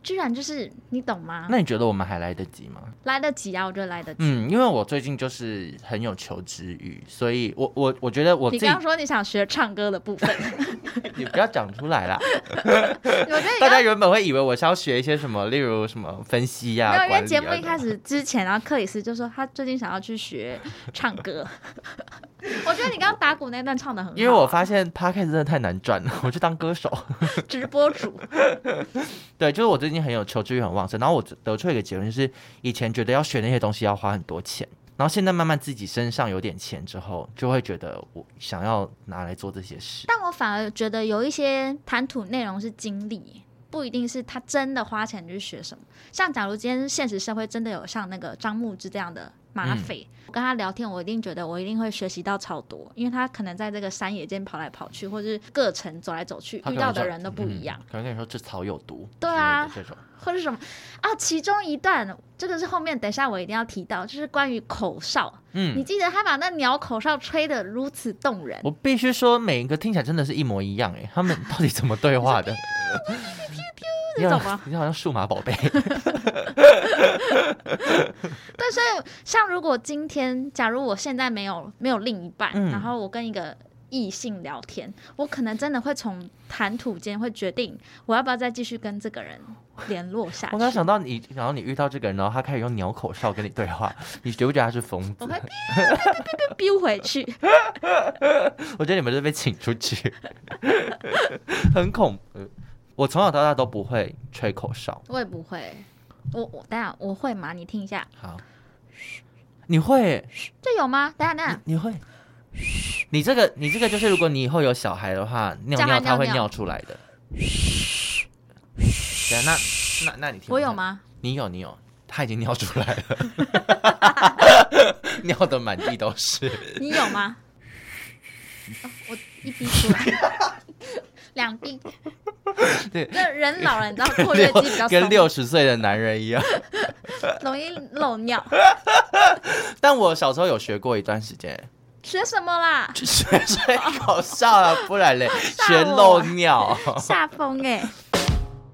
Speaker 2: 居然就是你懂吗？
Speaker 3: 那你觉得我们还来得及吗？
Speaker 2: 来得及啊，我觉得来得及。
Speaker 3: 嗯，因为我最近就是很有求知欲，所以我我我觉得我自
Speaker 2: 你
Speaker 3: 己
Speaker 2: 刚刚说你想学唱歌的部
Speaker 3: [laughs]
Speaker 2: 分，
Speaker 3: 你不要讲出来啦，
Speaker 2: 我觉得你刚
Speaker 3: 大家
Speaker 2: 刚
Speaker 3: 原本会以为我是要学一些什么，例如什么分析呀、
Speaker 2: 没有，因
Speaker 3: 管
Speaker 2: 为
Speaker 3: 理
Speaker 2: 节目
Speaker 3: 啊
Speaker 2: 一开始之前，然后克里斯就说他最近想要去学唱
Speaker 3: [laughs]
Speaker 2: 歌。我觉得你刚刚打鼓那段唱的很好啊，
Speaker 3: 因为我发现 p o d 真的太难赚了，我去当歌手。
Speaker 2: 直播主
Speaker 3: 对，就是我最近很有求知欲很旺盛，然后我得出一个结论，就是以前觉得要学那些东西要花很多钱，然后现在慢慢自己身上有点钱之后，就会觉得我想要拿来做这些事。
Speaker 2: 但我反而觉得有一些谈吐内容是经历，不一定是他真的花钱去学什么。像假如今天现实社会真的有像那个张牧之这样的。马匪。
Speaker 3: 嗯
Speaker 2: 我跟他聊天，我一定觉得我一定会学习到超多，因为他可能在这个山野间跑来跑去，或是各城走来走去，
Speaker 3: 他
Speaker 2: 遇
Speaker 3: 可能
Speaker 2: 到的
Speaker 3: 说
Speaker 2: 人都不一样。
Speaker 3: 嗯可能跟你说这草有毒之
Speaker 2: 对
Speaker 3: 类的，
Speaker 2: 啊
Speaker 3: 这种
Speaker 2: 或是什么啊？其中一段，这个是后面，等一下我一定要提到，就是关于口哨。你
Speaker 3: 嗯，
Speaker 2: 记得他把那鸟口哨吹得如此动人，
Speaker 3: 我必须说每一个听起来真的是一模一样哎，他们到底怎么对话的？你
Speaker 2: 那
Speaker 3: 好
Speaker 2: 种吗？
Speaker 3: 你好像数码宝贝，
Speaker 2: 但是像如果今天，假如我现在没有没有另一半，
Speaker 3: 嗯
Speaker 2: 然后我跟一个异性聊天，我可能真的会从谈吐间会决定我要不要再继续跟这个人联络下去。
Speaker 3: 我刚想到你，然后你遇到这个人，然后他开始用鸟口哨跟你对
Speaker 2: [laughs]
Speaker 3: 话，你觉不觉得他是疯
Speaker 2: 我
Speaker 3: 子？
Speaker 2: 会 [laughs] biu 回去，
Speaker 3: 我觉得你们是被请出去， [laughs] 很恐怖。我从小到大都不会吹口哨。
Speaker 2: [laughs] 我也不会。我我等一下我会吗？你听一下，
Speaker 3: 好，你会，
Speaker 2: 这有吗？等一下等一下，
Speaker 3: 你会，你这个，你这个就是，如果你以后有小孩的话，尿
Speaker 2: 叫他
Speaker 3: 尿他会
Speaker 2: 尿尿
Speaker 3: 尿出来的。对啊，那那那你听，
Speaker 2: 我有？吗？
Speaker 3: 你有，你有，他已经尿出来
Speaker 2: [laughs]
Speaker 3: 了， [laughs] 尿的满地都是。
Speaker 2: 你有
Speaker 3: [laughs]
Speaker 2: 吗？哦我一滴出来，两滴。
Speaker 3: 对
Speaker 2: 这人老了，你知 [laughs] 道括约肌比较松，
Speaker 3: 跟六十岁的男人一样。
Speaker 2: 容易漏尿。
Speaker 3: 但我小时候有学过一段时间，
Speaker 2: 学什么啦？
Speaker 3: 就学吹
Speaker 2: 哦
Speaker 3: 口哨啊，不然
Speaker 2: [laughs]
Speaker 3: 嘞，学漏尿。
Speaker 2: 下风
Speaker 3: 欸
Speaker 2: 哎、 [laughs]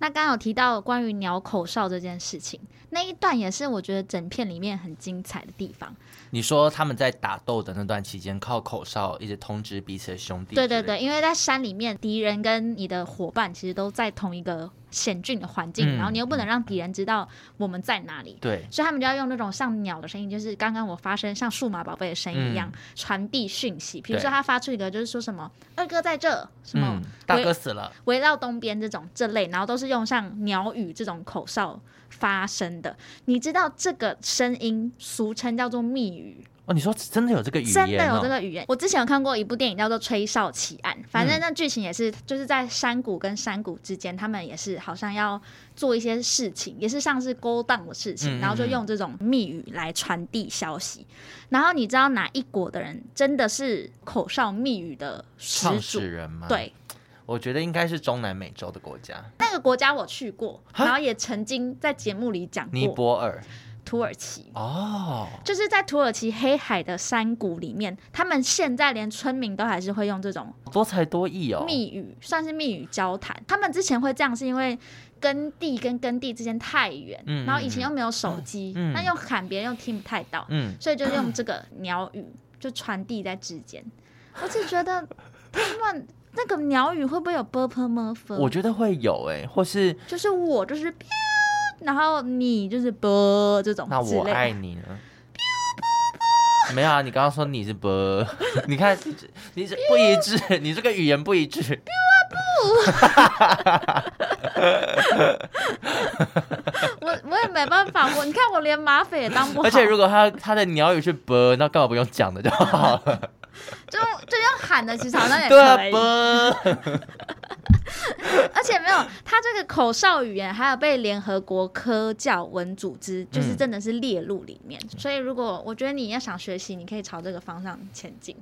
Speaker 2: 那刚刚有提到关于鸟口哨这件事情，那一段也是我觉得整片里面很精彩的地方。
Speaker 3: [laughs] 你说他们在打斗的那段期间，靠口哨一直通知彼此的兄弟。
Speaker 2: 对对对，，因为在山里面，敌人跟你的伙伴其实都在同一个险峻的环境，
Speaker 3: 嗯
Speaker 2: 然后你又不能让敌人知道我们在哪里，
Speaker 3: 对，
Speaker 2: 所以他们就要用那种像鸟的声音，就是刚刚我发生像数码宝贝的声音一样、传递讯息。比如说
Speaker 3: 嗯对
Speaker 2: 他发出一个就是说什么二哥在这，什么、
Speaker 3: 嗯，大哥死了，
Speaker 2: 围绕东边这种这类，然后都是用像鸟语这种口哨发声的。你知道这个声音俗称叫做密语，
Speaker 3: 哦，你说真的有这个语言、哦？
Speaker 2: 真的有这个语言。我之前有看过一部电影叫做《吹哨奇案》，反正那剧情也
Speaker 3: 嗯
Speaker 2: 是就是在山谷跟山谷之间，他们也是好像要做一些事情，也是像是勾当的事
Speaker 3: 嗯嗯
Speaker 2: 情，然后就用这种密语来传递消息。然后你知道哪一国的人真的是口哨密语的始
Speaker 3: 创
Speaker 2: 祖
Speaker 3: 始？人吗？
Speaker 2: 对，，
Speaker 3: 我觉得应该是中南美洲的国家，
Speaker 2: 那个国家我去过，然后也曾经在节目里讲
Speaker 3: 尼
Speaker 2: 过
Speaker 3: 泊尔。
Speaker 2: 土耳其。
Speaker 3: 哦，
Speaker 2: 就是在土耳其黑海的山谷里面，他们现在连村民都还是会用这种
Speaker 3: 多才多艺哦。
Speaker 2: 密语，算是密语交谈。他们之前会这样，是因为耕地跟耕地之间太远，
Speaker 3: 嗯
Speaker 2: 然后以前又没有手机，
Speaker 3: 嗯
Speaker 2: 那、又喊别人又听不太到，
Speaker 3: 嗯，
Speaker 2: 所以就用这个鸟语就传递在之间。我只觉得他们那个鸟语会不会有 b u r p l e m u r p
Speaker 3: 我觉得会有哎、或是
Speaker 2: 就是我就是飘，然后你就是啵这种
Speaker 3: 那
Speaker 2: 之
Speaker 3: 我
Speaker 2: 类
Speaker 3: 爱
Speaker 2: 的。
Speaker 3: 你呢？没有啊，你刚刚说你是不， [laughs] 你看你这不一致，你这个语言不一致。
Speaker 2: 我我也没办法，我你看我连马匪也当不好，
Speaker 3: 而且如果他他的鸟语是不，那干嘛不用讲的就好了？
Speaker 2: 就就用喊的，其实好像也
Speaker 3: 对啊
Speaker 2: 可，以。
Speaker 3: 不，
Speaker 2: 而且没有，他这个口哨语言还有被联合国科教文组织，
Speaker 3: 嗯
Speaker 2: 就是真的是列入里面。所以如果我觉得你要想学习，你可以朝这个方向前进。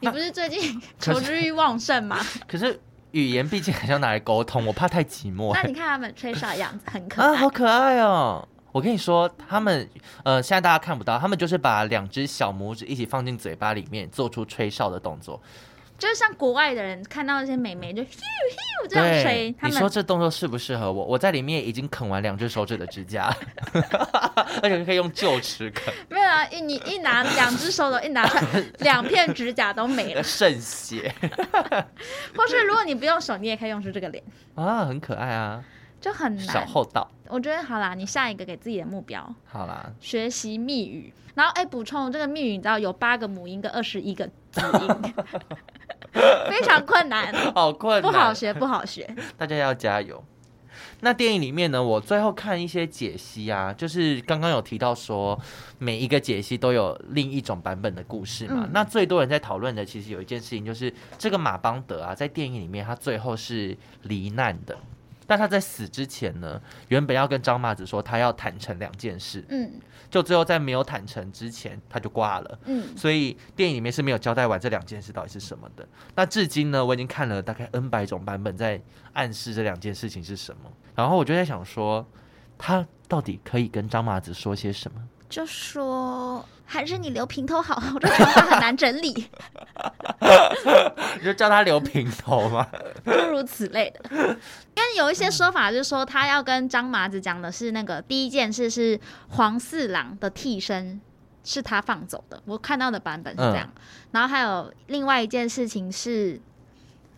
Speaker 2: 你不是最近
Speaker 3: [laughs] 可
Speaker 2: 求
Speaker 3: 是
Speaker 2: 知欲旺盛吗？
Speaker 3: 可是语言毕竟还是要拿来沟 [laughs] 通，我怕太寂寞欸
Speaker 2: 那。你看他们吹哨的样子很可
Speaker 3: 啊，
Speaker 2: 爱
Speaker 3: 好，可爱哦！我跟你说，他们呃，现在大家看不到，他们就是把两只小拇指一起放进嘴巴里面，做出吹哨的动作。
Speaker 2: 就是像国外的人看到一些美眉就咻咻这样吹
Speaker 3: 对，，
Speaker 2: 他
Speaker 3: 你说
Speaker 2: 们
Speaker 3: 这动作适不适合我？我在里面已经啃完两只手指的指甲， [laughs] 而且可以用臼齿
Speaker 2: [laughs]
Speaker 3: 啃，
Speaker 2: 没有啊？一你一拿两只手都一拿出来，两片指甲都没
Speaker 3: [laughs]
Speaker 2: 了。
Speaker 3: 渗血
Speaker 2: 或是如果你不用手，你也可以用出这个脸，
Speaker 3: 啊，很可爱啊，
Speaker 2: 就很
Speaker 3: 小
Speaker 2: 难。
Speaker 3: 厚道。
Speaker 2: 我觉得好啦，你下一个给自己的目标。
Speaker 3: 好啦，
Speaker 2: 学习密语。然后哎，补充这个密语，你知道有八个母音跟二十一个子
Speaker 3: [laughs]
Speaker 2: 音，非常困难，
Speaker 3: 好困
Speaker 2: 不好
Speaker 3: 难，
Speaker 2: 学，不好学。
Speaker 3: 大家要加油。那电影里面呢，我最后看一些解析啊，就是刚刚有提到说，每一个解析都有另一种版本的故事嘛。
Speaker 2: 嗯
Speaker 3: 那最多人在讨论的，其实有一件事情，就是这个马邦德啊，在电影里面他最后是罹难的，但他在死之前呢，原本要跟张麻子说他要坦诚两件事，
Speaker 2: 嗯
Speaker 3: 就最后在没有坦诚之前他就挂了。
Speaker 2: 嗯，
Speaker 3: 所以电影里面是没有交代完这两件事到底是什么的。那至今呢，我已经看了大概 N 百种版本，在暗示这两件事情是什么。然后我就在想说，他到底可以跟张麻子说些什么？
Speaker 2: 就说还是你留平头好，我这头发很难整理，
Speaker 3: 你就叫他留平头吗？
Speaker 2: 诸如此类的。但有一些说法是说，他要跟张麻子讲的是那个第一件事是黄四郎的替身。是他放走的，我看到的版本是这样。然后还有另外一件事情是，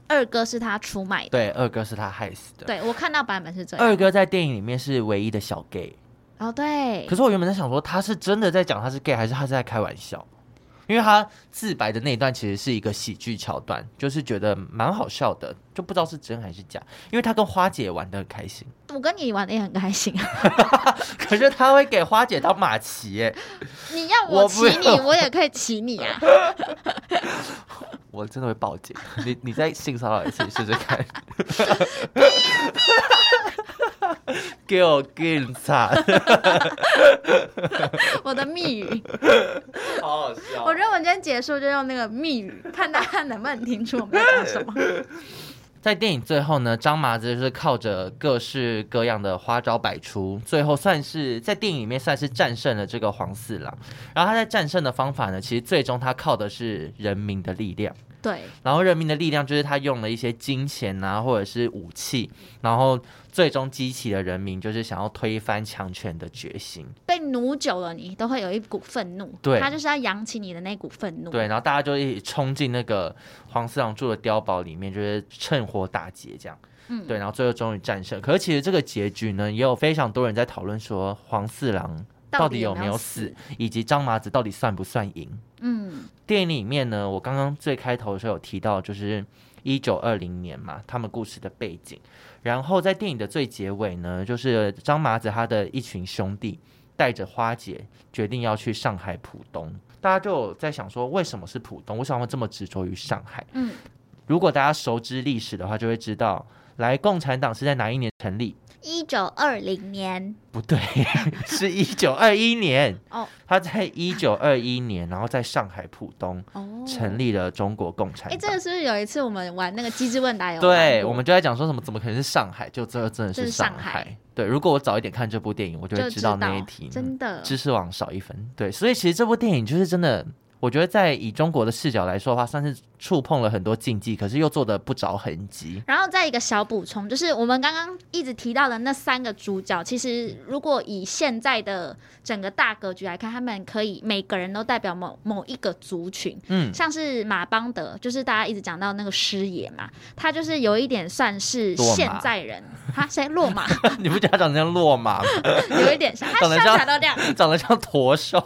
Speaker 2: 二哥是他出卖的。
Speaker 3: [laughs] 对，二哥是他害死的。
Speaker 2: 对我看到版本是这样。
Speaker 3: 二哥在电影里面是唯一的小 gay，
Speaker 2: 哦，对
Speaker 3: 可，是我原本在想说，他是真的在讲他是 gay，还是他是在开玩笑？因为他自白的那一段其实是一个喜剧桥段，就是觉得蛮好笑的，就不知道是真还是假。因为他跟花姐玩的很开心，
Speaker 2: 我跟你玩的也很开心 [laughs] 啊。
Speaker 3: 可是他会给花姐当马骑耶，
Speaker 2: 你要
Speaker 3: 我
Speaker 2: 我
Speaker 3: 不
Speaker 2: 骑
Speaker 3: 要
Speaker 2: 你，我也可以骑你 [laughs] 啊。
Speaker 3: 我真的会报警。你你再性骚扰一次试试看。给我警察，
Speaker 2: 我的密语，
Speaker 3: 好好笑
Speaker 2: 我觉得我们今天结束就用那个密语， [laughs] 看大家能不能听出我们在讲什么。
Speaker 3: 在电影最后呢，张麻子就是靠着各式各样的花招百出，最后算是在电影里面算是战胜了这个黄四郎。然后他在战胜的方法呢，其实最终他靠的是人民的力量。
Speaker 2: 对，
Speaker 3: 然后人民的力量就是他用了一些金钱啊，或者是武器，然后最终激起了人民就是想要推翻强权的决心。
Speaker 2: 被奴久了你，都会有一股愤怒。
Speaker 3: 对
Speaker 2: 他就是要扬起你的那股愤怒。
Speaker 3: 对，，然后大家就一起冲进那个黄四郎住的碉堡里面，就是趁火打劫这样。
Speaker 2: 嗯
Speaker 3: 对，然后最后终于战胜。可是其实这个结局呢，也有非常多人在讨论说黄四郎到
Speaker 2: 到
Speaker 3: 底
Speaker 2: 底
Speaker 3: 有没有
Speaker 2: 有
Speaker 3: 死，？以及张麻子到底算不算赢。
Speaker 2: 嗯，
Speaker 3: 电影里面呢，我刚刚最开头的时候有提到，就是一九二零年嘛，他们故事的背景。然后在电影的最结尾呢，就是张麻子他的一群兄弟带着花姐决定要去上海浦东。大家就有在想说，为什么是浦东？为什么他们这么执着于上海？
Speaker 2: 嗯，
Speaker 3: 如果大家熟知历史的话，就会知道，来共产党是在哪一年成立？
Speaker 2: 一九二零年，
Speaker 3: 不对， [laughs] 是一九二一年。
Speaker 2: 哦
Speaker 3: 他在一九二一年，然后在上海浦东
Speaker 2: 哦，
Speaker 3: 成立了中国共产
Speaker 2: 哎，
Speaker 3: 党。
Speaker 2: 这个是不是有一次我们玩那个机智问答有玩过？
Speaker 3: 对，我们就在讲说什么，怎么可能是上海？就这真的
Speaker 2: 这
Speaker 3: 是
Speaker 2: 是
Speaker 3: 上
Speaker 2: 上海
Speaker 3: 对，如果我早一点看这部电影，我就
Speaker 2: 就
Speaker 3: 会知道那一题。嗯
Speaker 2: 真的。
Speaker 3: 知识网少一分。对，所以其实这部电影就是真的，我觉得在以中国的视角来说的话，算是触碰了很多禁忌，可是又做的不着痕迹。
Speaker 2: 然后再一个小补充，就是我们刚刚一直提到的那三个主角，其实如果以现在的整个大格局来看，他们可以每个人都代表某某一个族群。
Speaker 3: 嗯，
Speaker 2: 像是马邦德，就是大家一直讲到那个师爷嘛，他就是有一点算是
Speaker 3: 落马
Speaker 2: 现在人，他谁落马，
Speaker 3: [laughs]
Speaker 2: [laughs]
Speaker 3: 你不觉得他长得像落马吗？
Speaker 2: 有一点像，他
Speaker 3: 长得
Speaker 2: 像
Speaker 3: 像
Speaker 2: 起来都这样，
Speaker 3: 长得像驼兽？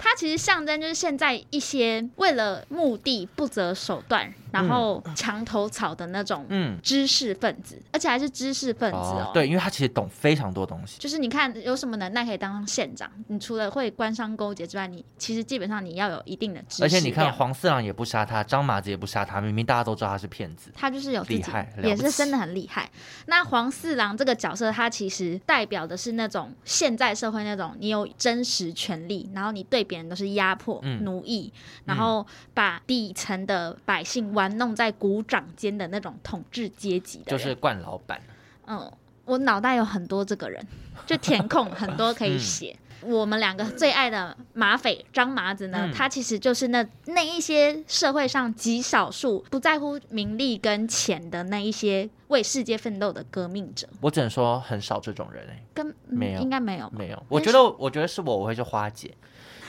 Speaker 2: 它其实象征就是现在一些为了目的不择手段，然后墙头草的那种
Speaker 3: 嗯，
Speaker 2: 知识分子，而且还是知识分子哦。
Speaker 3: 对，因为他其实懂非常多东西。
Speaker 2: 就是你看有什么能耐可以当上县长？你除了会官商勾结之外，你其实基本上你要有一定的知识
Speaker 3: 而且你看，
Speaker 2: 量
Speaker 3: 黄四郎也不杀他，张麻子也不杀他，明明大家都知道他是骗子。
Speaker 2: 他就是有自
Speaker 3: 厉
Speaker 2: 己
Speaker 3: 害了不起
Speaker 2: 也是真的很厉害。那黄四郎这个角色，他其实代表的是那种现在社会那种你有真实权利，然后你对别人都是压迫、
Speaker 3: 嗯
Speaker 2: 奴役，然后把底层的百姓玩弄在股掌间的那种统治阶级的
Speaker 3: 就
Speaker 2: 人。
Speaker 3: 是惯老板，
Speaker 2: 嗯，我脑袋有很多这个人， [laughs] 就填空很多
Speaker 3: 嗯
Speaker 2: 可以写。我们两个最爱的马匪张麻子呢，
Speaker 3: 嗯
Speaker 2: 他其实就是那那一些社会上极少数不在乎名利跟钱的那一些为世界奋斗的革命者，
Speaker 3: 我只能说很少这种人哎、
Speaker 2: 跟、嗯
Speaker 3: 没有
Speaker 2: 应该没有吧，
Speaker 3: 没有。我觉得，我觉得是我，我会是花姐，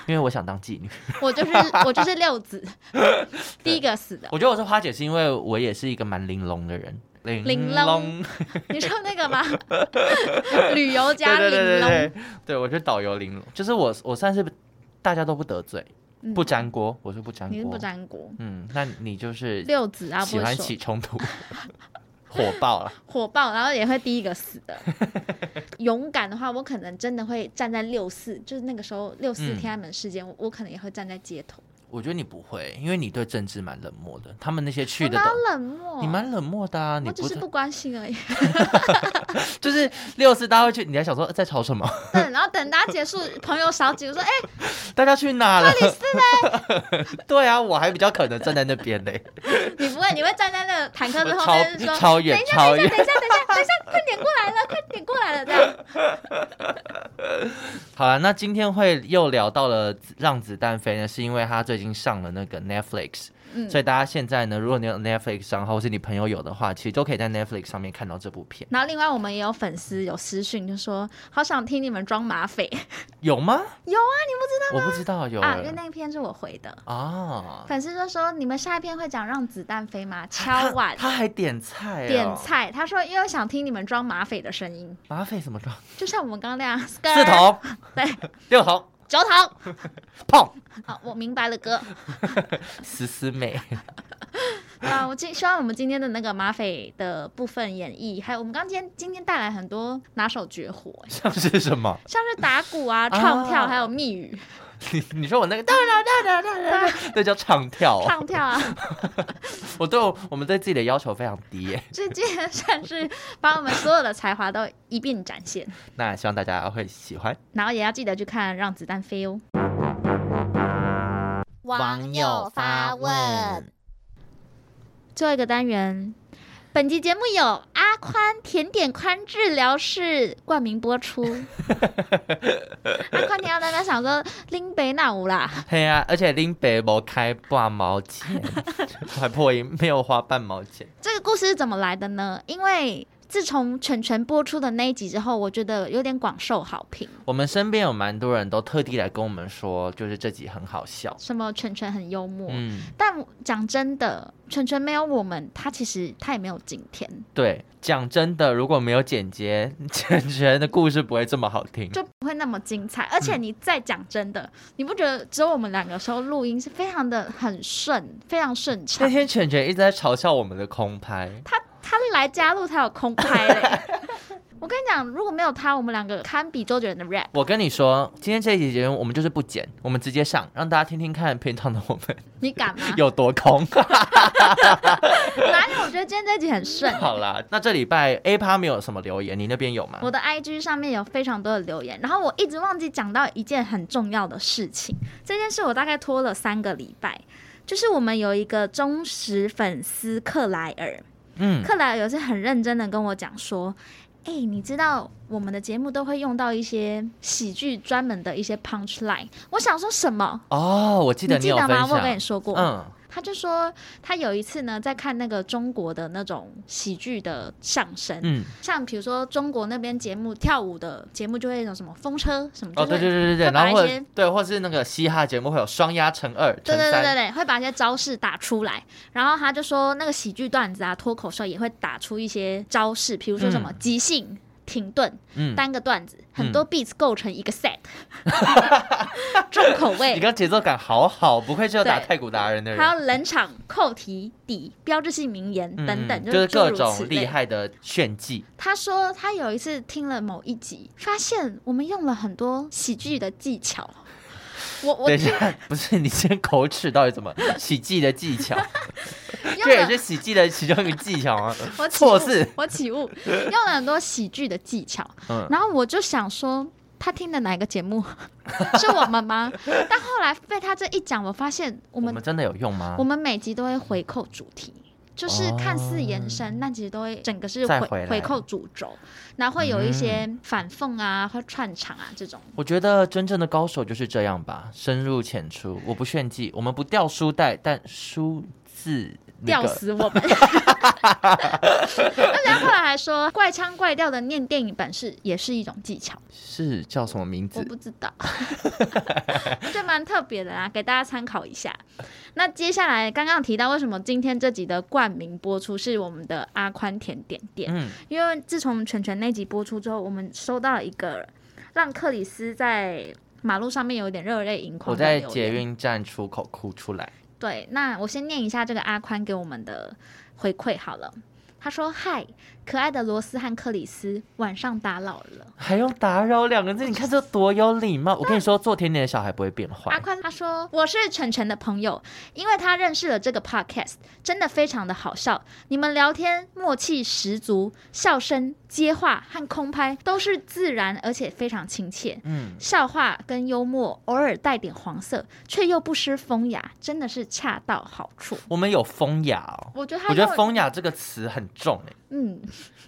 Speaker 3: 因为我想当妓女。
Speaker 2: 我
Speaker 3: [laughs]
Speaker 2: 就是我就是六子， [laughs] 第一个死的。
Speaker 3: 我觉得我是花姐，是因为我也是一个蛮玲珑的人。玲
Speaker 2: 玲珑，你说那个吗？ [laughs] 旅游
Speaker 3: 对
Speaker 2: 家
Speaker 3: 对
Speaker 2: 玲
Speaker 3: 对对
Speaker 2: 珑
Speaker 3: 对，对我觉得导游玲珑，就是我，我算是大家都不得罪，
Speaker 2: 嗯
Speaker 3: 不沾锅，我是不沾
Speaker 2: 你是
Speaker 3: 锅。
Speaker 2: 不沾锅，
Speaker 3: 嗯，那你就是
Speaker 2: 六子啊，
Speaker 3: 喜
Speaker 2: 不
Speaker 3: 欢
Speaker 2: 是说
Speaker 3: 起
Speaker 2: [laughs]
Speaker 3: 冲突，火爆了。
Speaker 2: 火爆，然后也会第一个死的。 [laughs] 勇敢的话，我可能真的会站在六四，就是那个时候六四
Speaker 3: 嗯
Speaker 2: 天安门事件，我我可能也会站在街头。
Speaker 3: 我觉得你不会，因为你对政治蛮冷漠的。他们那些去
Speaker 2: 我
Speaker 3: 的
Speaker 2: 哪有
Speaker 3: 都，
Speaker 2: 冷漠？
Speaker 3: 你蛮冷漠的啊，你
Speaker 2: 我只
Speaker 3: 不
Speaker 2: 是不关心而已。 [laughs]
Speaker 3: 就是六四大家会去，你还想说呃在吵什么？
Speaker 2: 对，然后等大家结
Speaker 3: [laughs]
Speaker 2: 束，朋友少几个说，哎、
Speaker 3: 大家去哪了？ [laughs] 对啊，我还比较可能站在那边嘞，
Speaker 2: 你不会，你会站在那个坦克的后
Speaker 3: 超
Speaker 2: 面就说，
Speaker 3: 超
Speaker 2: 等
Speaker 3: 远
Speaker 2: 一下，
Speaker 3: 超
Speaker 2: 等一
Speaker 3: 远
Speaker 2: 下，。等一下，等一下，等一下，快点过来了，快点过来了，这样。 [laughs]
Speaker 3: 好了，那今天会又聊到了《让子弹飞》呢，是因为它最近上了那个 Netflix，、
Speaker 2: 嗯
Speaker 3: 所以大家现在呢，如果你有 Netflix 账号，或是你朋友有的话，其实都可以在 Netflix 上面看到这部片，
Speaker 2: 然后另外我们也有粉丝有私讯就说，好想听你们装马匪
Speaker 3: 有吗？
Speaker 2: 有啊，
Speaker 3: 我不知道有
Speaker 2: 啊，因为
Speaker 3: 人
Speaker 2: 那一篇是我回的。
Speaker 3: 啊，
Speaker 2: 粉丝就说：“你们下一篇会讲让子弹飞吗？”敲碗
Speaker 3: 他他还点菜、哦，
Speaker 2: 点菜，他说：“因为想听你们装马匪的声音，
Speaker 3: 马匪什么装？
Speaker 2: 就像我们刚刚那
Speaker 3: [laughs]
Speaker 2: 样。”
Speaker 3: 四
Speaker 2: 四，
Speaker 3: 头、
Speaker 2: 对，
Speaker 3: 六头、
Speaker 2: 九头。
Speaker 3: 碰
Speaker 2: [laughs] 好，我明白了，哥。
Speaker 3: 十四妹，
Speaker 2: 啊，我今希望我们今天的那个马匪的部分演绎，还有我们刚今天今天带来很多拿手绝活，
Speaker 3: 像是什么？
Speaker 2: 像是打鼓啊、唱跳，还有密语、
Speaker 3: 你你说我那个哒哒哒哒哒哒，那叫唱跳、哦。
Speaker 2: 唱跳啊，
Speaker 3: 我对我我们对自己的要求非常低耶， [laughs]
Speaker 2: 这今天算是把我们所有的才华都一并展现。
Speaker 3: 那希望大家会喜欢。
Speaker 2: 然后也要记得去看《让子弹飞》哦。
Speaker 1: 网友发问，
Speaker 2: 最后一个单元，本集节目有阿宽甜点宽治疗室冠名播
Speaker 1: [laughs]
Speaker 2: 出。阿宽甜，大家想说拎北哪有啦？
Speaker 3: 嘿呀、而且林北没开半毛钱， [laughs] 还破音，没有花半毛钱。
Speaker 2: 这个故事是怎么来的呢？因为自从晨晨播出的那一集之后，我觉得有点广受好评。
Speaker 3: 我们身边有蛮多人都特地来跟我们说，就是这集很好笑。
Speaker 2: 什么晨晨很幽默，
Speaker 3: 嗯，
Speaker 2: 但讲真的，晨晨没有我们，他其实他也没有今天，
Speaker 3: 对，讲真的，如果没有剪接， [laughs] 简直的故事不会这么好听。
Speaker 2: 就不会那么精彩。而且你再讲真的，你不觉得只有我们两个时候录音是非常的很顺，非常顺
Speaker 3: 那
Speaker 2: 畅？
Speaker 3: 天犬犬一直在嘲笑我们的空拍，
Speaker 2: 他他来加入才有空拍嘞。 [laughs] 我跟你讲，如果没有他，我们两个堪比周杰伦的 rap。
Speaker 3: 我跟你说，今天这一集节目我们就是不剪，我们直接上，让大家听听看平常的我们？
Speaker 2: 你敢吗
Speaker 3: [laughs] 有多空。
Speaker 2: 哪里？我觉得今天这集很顺。
Speaker 3: 好啦，那这礼拜 A 趴没有什么留言，你那边有吗？
Speaker 2: 我的 IG 上面有非常多的留言，然后我一直忘记讲到一件很重要的事情，这件事我大概拖了三个礼拜。就是我们有一个忠实粉丝克莱尔，
Speaker 3: 嗯，
Speaker 2: 克莱尔有是很认真的跟我讲说，哎、你知道我们的节目都会用到一些喜剧专门的一些 punch line，我想说什么？
Speaker 3: 哦，我记得
Speaker 2: 你
Speaker 3: 有分
Speaker 2: 吗？
Speaker 3: 享，
Speaker 2: 我有跟你说过，
Speaker 3: 嗯，
Speaker 2: 他就说他有一次呢在看那个中国的那种喜剧的上升，
Speaker 3: 嗯，
Speaker 2: 像比如说中国那边节目跳舞的节目就会有什么风车什么，
Speaker 3: 哦，
Speaker 2: 就是
Speaker 3: 对对对对对，
Speaker 2: 会把
Speaker 3: 然后或
Speaker 2: 一些
Speaker 3: 对，或是那个嘻哈节目会有双压乘二、乘
Speaker 2: 对对对对
Speaker 3: 三，
Speaker 2: 对，会把一些招式打出来，然后他就说那个喜剧段子啊、脱口秀也会打出一些招式，比如说什么即兴、停顿、
Speaker 3: 嗯，
Speaker 2: 单个段子，很多 beats 构成一个
Speaker 3: [laughs]
Speaker 2: set，、重口
Speaker 3: 你
Speaker 2: 味，
Speaker 3: 刚节奏感好好，不愧是有打
Speaker 2: 对
Speaker 3: 太鼓达人的
Speaker 2: 还
Speaker 3: 人，
Speaker 2: 有冷场、扣题、底、标志性名言等等，
Speaker 3: 嗯就是
Speaker 2: 是
Speaker 3: 各
Speaker 2: 诸如此
Speaker 3: 种厉
Speaker 2: 类。
Speaker 3: 害的炫技，
Speaker 2: 他说他有一次听了某一集，发现我们用了很多喜剧的技巧。我我
Speaker 3: 等一
Speaker 2: 听
Speaker 3: 下， [laughs] 不是你先口齿到底怎么喜剧的技巧？
Speaker 2: [laughs] 用
Speaker 3: 这也
Speaker 2: 了
Speaker 3: 是喜剧的其中一个技巧吗？
Speaker 2: 我起
Speaker 3: 错
Speaker 2: 雾
Speaker 3: 字，
Speaker 2: 我起雾，用了很多喜剧的技巧，
Speaker 3: 嗯
Speaker 2: 然后我就想说。他听的哪一个节
Speaker 3: [laughs]
Speaker 2: 目是我们吗？但后来被他这一讲，我发现我
Speaker 3: 我
Speaker 2: 们
Speaker 3: 们真的有用吗
Speaker 2: 我？们每集都会回扣主题，就是看似延伸，但其实都会整个是
Speaker 3: 哦再
Speaker 2: 回
Speaker 3: 回来嗯
Speaker 2: 扣主轴，然后会有一些反讽啊，或串场啊这种。
Speaker 3: 我觉得真正的高手就是这样吧，深入浅出。我不炫技，我们不掉书袋，但书字那
Speaker 2: 吊
Speaker 3: 个
Speaker 2: 死
Speaker 3: [laughs]
Speaker 2: 我们！而且他后来还说，怪腔怪调的念电影版是也是一种技巧，
Speaker 3: 是叫什么名
Speaker 2: 我
Speaker 3: 字？
Speaker 2: 不知道， [laughs] 这蛮特别的啦，给大家参考一下。那接下来刚刚有提到，为什么今天这集的冠名播出是我们的阿宽甜点店？
Speaker 3: 嗯，
Speaker 2: 因为自从全全那集播出之后，我们收到了一个让克里斯在马路上面有点热泪盈
Speaker 3: 我
Speaker 2: 眶的
Speaker 3: 在
Speaker 2: 留言。
Speaker 3: 捷运站出口哭出来。
Speaker 2: 对，那我先念一下这个阿宽给我们的回馈好了。他说：“嗨，可爱的罗斯和克里斯晚上打扰了。
Speaker 3: 还用打扰两个字？你看这多有礼貌！我跟你说，做甜点的小孩不会变
Speaker 2: 阿
Speaker 3: 坏。
Speaker 2: 宽他说：“我是晨晨的朋友，因为他认识了这个 podcast，真的非常的好笑。你们聊天默契十足，笑声、接话和空拍都是自然，而且非常亲切。
Speaker 3: 嗯，
Speaker 2: 笑话跟幽默，偶尔带点黄色，却又不失风雅，真的是恰到好处。
Speaker 3: 我们有风雅哦。
Speaker 2: 我觉得他
Speaker 3: 我觉得“
Speaker 2: 用
Speaker 3: 风雅”这个词很重诶、
Speaker 2: 嗯，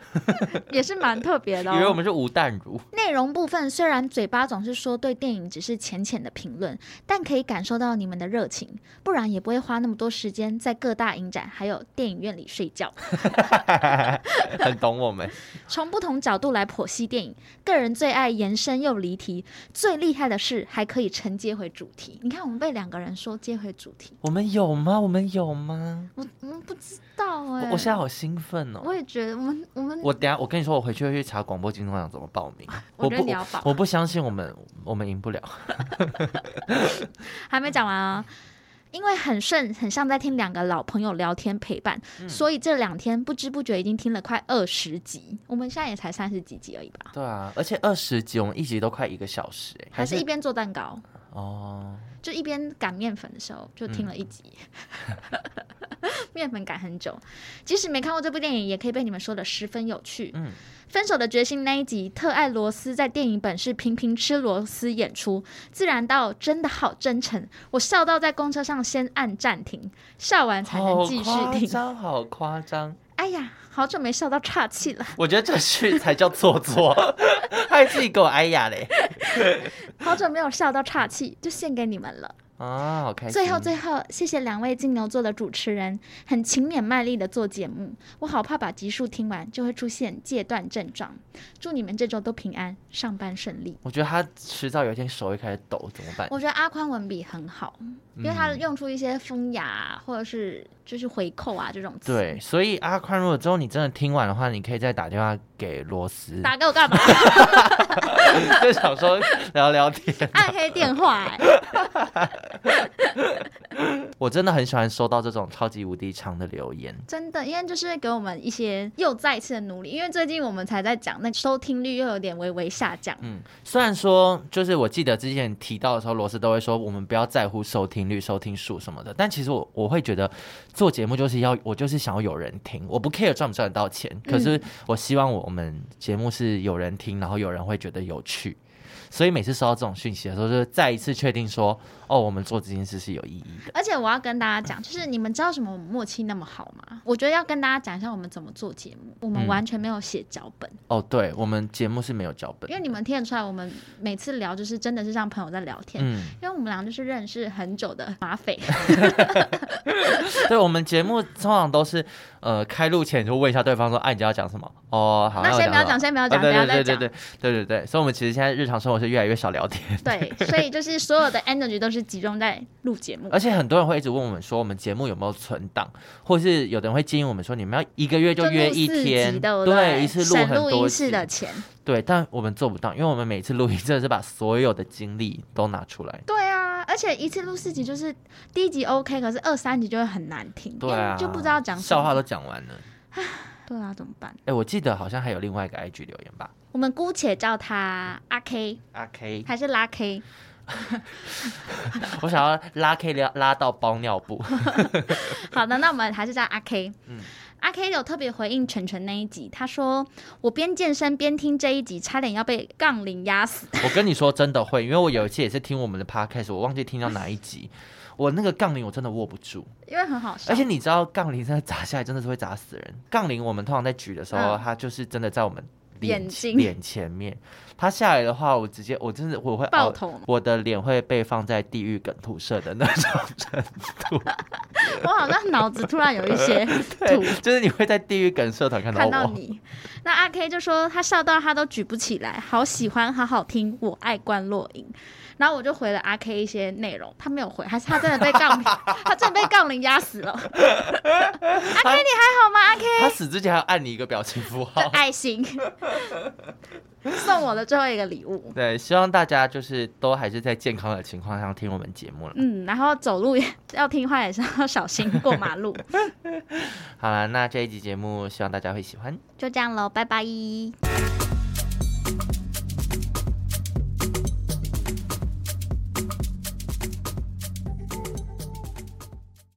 Speaker 2: [laughs] 也是蛮特别的、哦。
Speaker 3: 以为我们是吴淡如。
Speaker 2: 内容部分虽然嘴巴总是说对电影只是浅浅的评论，但可以感受到你们的热情，不然也不会花那么多时间在各大影展还有电影院里睡
Speaker 3: [laughs]
Speaker 2: 觉。
Speaker 3: 很懂我们。 [laughs]
Speaker 2: 从不同角度来剖析电影，个人最爱延伸又离题，最厉害的是还可以承接回主题。你看，我们被两个人说接回主题，
Speaker 3: 我们有吗？我们有吗？
Speaker 2: 我嗯不知道哎、
Speaker 3: 我我现在好兴奋哦！
Speaker 2: 我也觉得我们我们
Speaker 3: 我等下，我跟你说，我回去会去查广播金钟奖怎么报名。
Speaker 2: 啊我
Speaker 3: 我
Speaker 2: 觉
Speaker 3: 不
Speaker 2: 得你要报，
Speaker 3: 我不相信我们，我们赢不了。
Speaker 2: 还没讲完啊。因为很顺，很像在听两个老朋友聊天陪伴，所以这两天不知不觉已经听了快二十集。我们现在也才三十几集而已吧，
Speaker 3: 对啊，而且二十集，我们一集都快一个小时哎、
Speaker 2: 还是一边做蛋糕，
Speaker 3: 哦，
Speaker 2: 就一边擀面粉的时候就听了一集，[laughs]
Speaker 3: 嗯
Speaker 2: 面粉擀很久。即使没看过这部电影，也可以被你们说的十分有趣。
Speaker 3: 嗯，
Speaker 2: 分手的决心那一集，特爱罗斯在电影本是频频吃螺丝演出，自然到真的好真诚，我笑到在公车上先按暂停，笑完才能
Speaker 3: 好
Speaker 2: 继续
Speaker 3: 夸
Speaker 2: 听。
Speaker 3: 张，好夸张！
Speaker 2: 哎呀，好久没笑到岔气了，
Speaker 3: 我觉得这是才叫做作， [laughs] 还自己给我哎呀嘞
Speaker 2: 好久没有笑到岔气，就献给你们了。
Speaker 3: 啊！好开心。
Speaker 2: 最后最后，谢谢两位金牛座的主持人，很勤勉卖力的做节目，我好怕把集数听完就会出现戒断症状。祝你们这周都平安，上班顺利。
Speaker 3: 我觉得他迟早有一天手会开始抖，怎么办？
Speaker 2: 我觉得阿宽文笔很好，因为
Speaker 3: 嗯
Speaker 2: 他用出一些风雅、或者是就是回扣啊这种词。，
Speaker 3: 对，所以阿宽，如果之后你真的听完的话，你可以再打电话给罗斯，
Speaker 2: 打给我干嘛？ [laughs]
Speaker 3: 就想说聊聊天。
Speaker 2: 暗黑电话、欸，
Speaker 3: 我真的很喜欢收到这种超级无敌长的留言。
Speaker 2: 真的，因为就是给我们一些又再一次的努力，因为最近我们才在讲那个收听率又有点微微下降。
Speaker 3: 嗯，虽然说就是我记得之前提到的时候，罗斯都会说我们不要在乎收听率、收听数什么的，但其实我我会觉得做节目就是要我就是想要有人听，我不 care 赚不赚得到钱，可是我希望我们节目是有人听，然后有人会觉得有趣。所以每次收到这种讯息的时候，就是再一次确定说，哦，我们做这件事是有意义的。
Speaker 2: 而且我要跟大家讲，就是你们知道什么我们默契那么好吗？我觉得要跟大家讲一下我们怎么做节目，我们
Speaker 3: 嗯
Speaker 2: 完全没有写脚本，
Speaker 3: 哦，对，我们节目是没有脚本
Speaker 2: 因，为你们听得出来，我们每次聊就是真的是像朋友在聊天。
Speaker 3: 嗯，
Speaker 2: 因为我们俩就是认识很久的马匪，
Speaker 3: [laughs] 对，我们节目通常都是呃开录前就问一下对方说，哎、你今天要讲什么？哦，好，
Speaker 2: 那
Speaker 3: 我
Speaker 2: 先不要
Speaker 3: 什么
Speaker 2: 讲，先不
Speaker 3: 啊
Speaker 2: 要讲，不
Speaker 3: 对
Speaker 2: 要
Speaker 3: 对
Speaker 2: 再
Speaker 3: 对
Speaker 2: 讲
Speaker 3: 对。对对对对，所以我们其实现在日常生活是越来越少聊天，
Speaker 2: [laughs] 对，所以就是所有的 energy 都是集中在录节目。
Speaker 3: 而且很多人会一直问我们说我们节目有没有存档，或是有的人会建议我们说你们要一个月
Speaker 2: 就
Speaker 3: 约
Speaker 2: 录
Speaker 3: 一
Speaker 2: 四集
Speaker 3: 天，
Speaker 2: 对不
Speaker 3: 对，一次录
Speaker 2: 省
Speaker 3: 很
Speaker 2: 录
Speaker 3: 多
Speaker 2: 音室
Speaker 3: 集，
Speaker 2: 的钱。
Speaker 3: 对，但我们做不到，因为我们每次录音真的是把所有的精力都拿出来。
Speaker 2: 对啊，而且一次录四集，就是第一集 OK，可是二三集就会很难听，
Speaker 3: 对
Speaker 2: 因为
Speaker 3: 啊，
Speaker 2: 哎就不知道讲什
Speaker 3: 笑话
Speaker 2: 么。
Speaker 3: 都讲完了。
Speaker 2: 对啊，怎么办？
Speaker 3: 哎，我记得好像还有另外一个 IG 留言吧。
Speaker 2: 我们姑且叫他阿 K
Speaker 3: OK，
Speaker 2: 还是拉 K。
Speaker 3: 我想要拉 K 拉拉到包尿布。 [laughs]
Speaker 2: 好的，那我们还是叫阿 K。
Speaker 3: 嗯
Speaker 2: 阿 K 有特别回应晨晨那一集，他说：“我边健身边听这一集，差点要被杠铃压死。”
Speaker 3: 我跟你说，真的会，因为我有一次也是听我们的 podcast，我忘记听到哪一集，我那个杠铃我真的握不住，
Speaker 2: 因为很好笑，
Speaker 3: 而且你知道杠铃真的砸下来真的是会砸死人。杠铃我们通常在举的时候，
Speaker 2: 嗯
Speaker 3: 它就是真的在我们脸
Speaker 2: 眼
Speaker 3: 前
Speaker 2: 睛
Speaker 3: 脸前面，它下来的话，我直接我真的我会
Speaker 2: 爆
Speaker 3: 熬
Speaker 2: 头嘛
Speaker 3: 我的脸会被放在地狱梗图社的那种 [laughs] 程度，
Speaker 2: 我好像脑子突然有一些土
Speaker 3: [laughs] 对，就是你会在地狱梗社团看到
Speaker 2: 看
Speaker 3: 我。
Speaker 2: 到你。那阿 K 就说他笑到他都举不起来，好喜欢，好好听，我爱关落音。然后我就回了阿 K 一些内容，他没有回，还是他真的被杠铃， [laughs] 他真的被杠铃压死了。 [laughs] 阿 K 你还好吗？阿 K [laughs]
Speaker 3: 他死之前还要按你一个表情符
Speaker 2: 的
Speaker 3: 号，
Speaker 2: 爱心。送我的最后一个礼物。
Speaker 3: 对，希望大家就是都还是在健康的情况下听我们节目了。
Speaker 2: 嗯，然后走路也要听话，也是要小心过马路。
Speaker 3: 好了，那这一集节目希望大家会喜欢。
Speaker 2: 就这样喽，拜拜。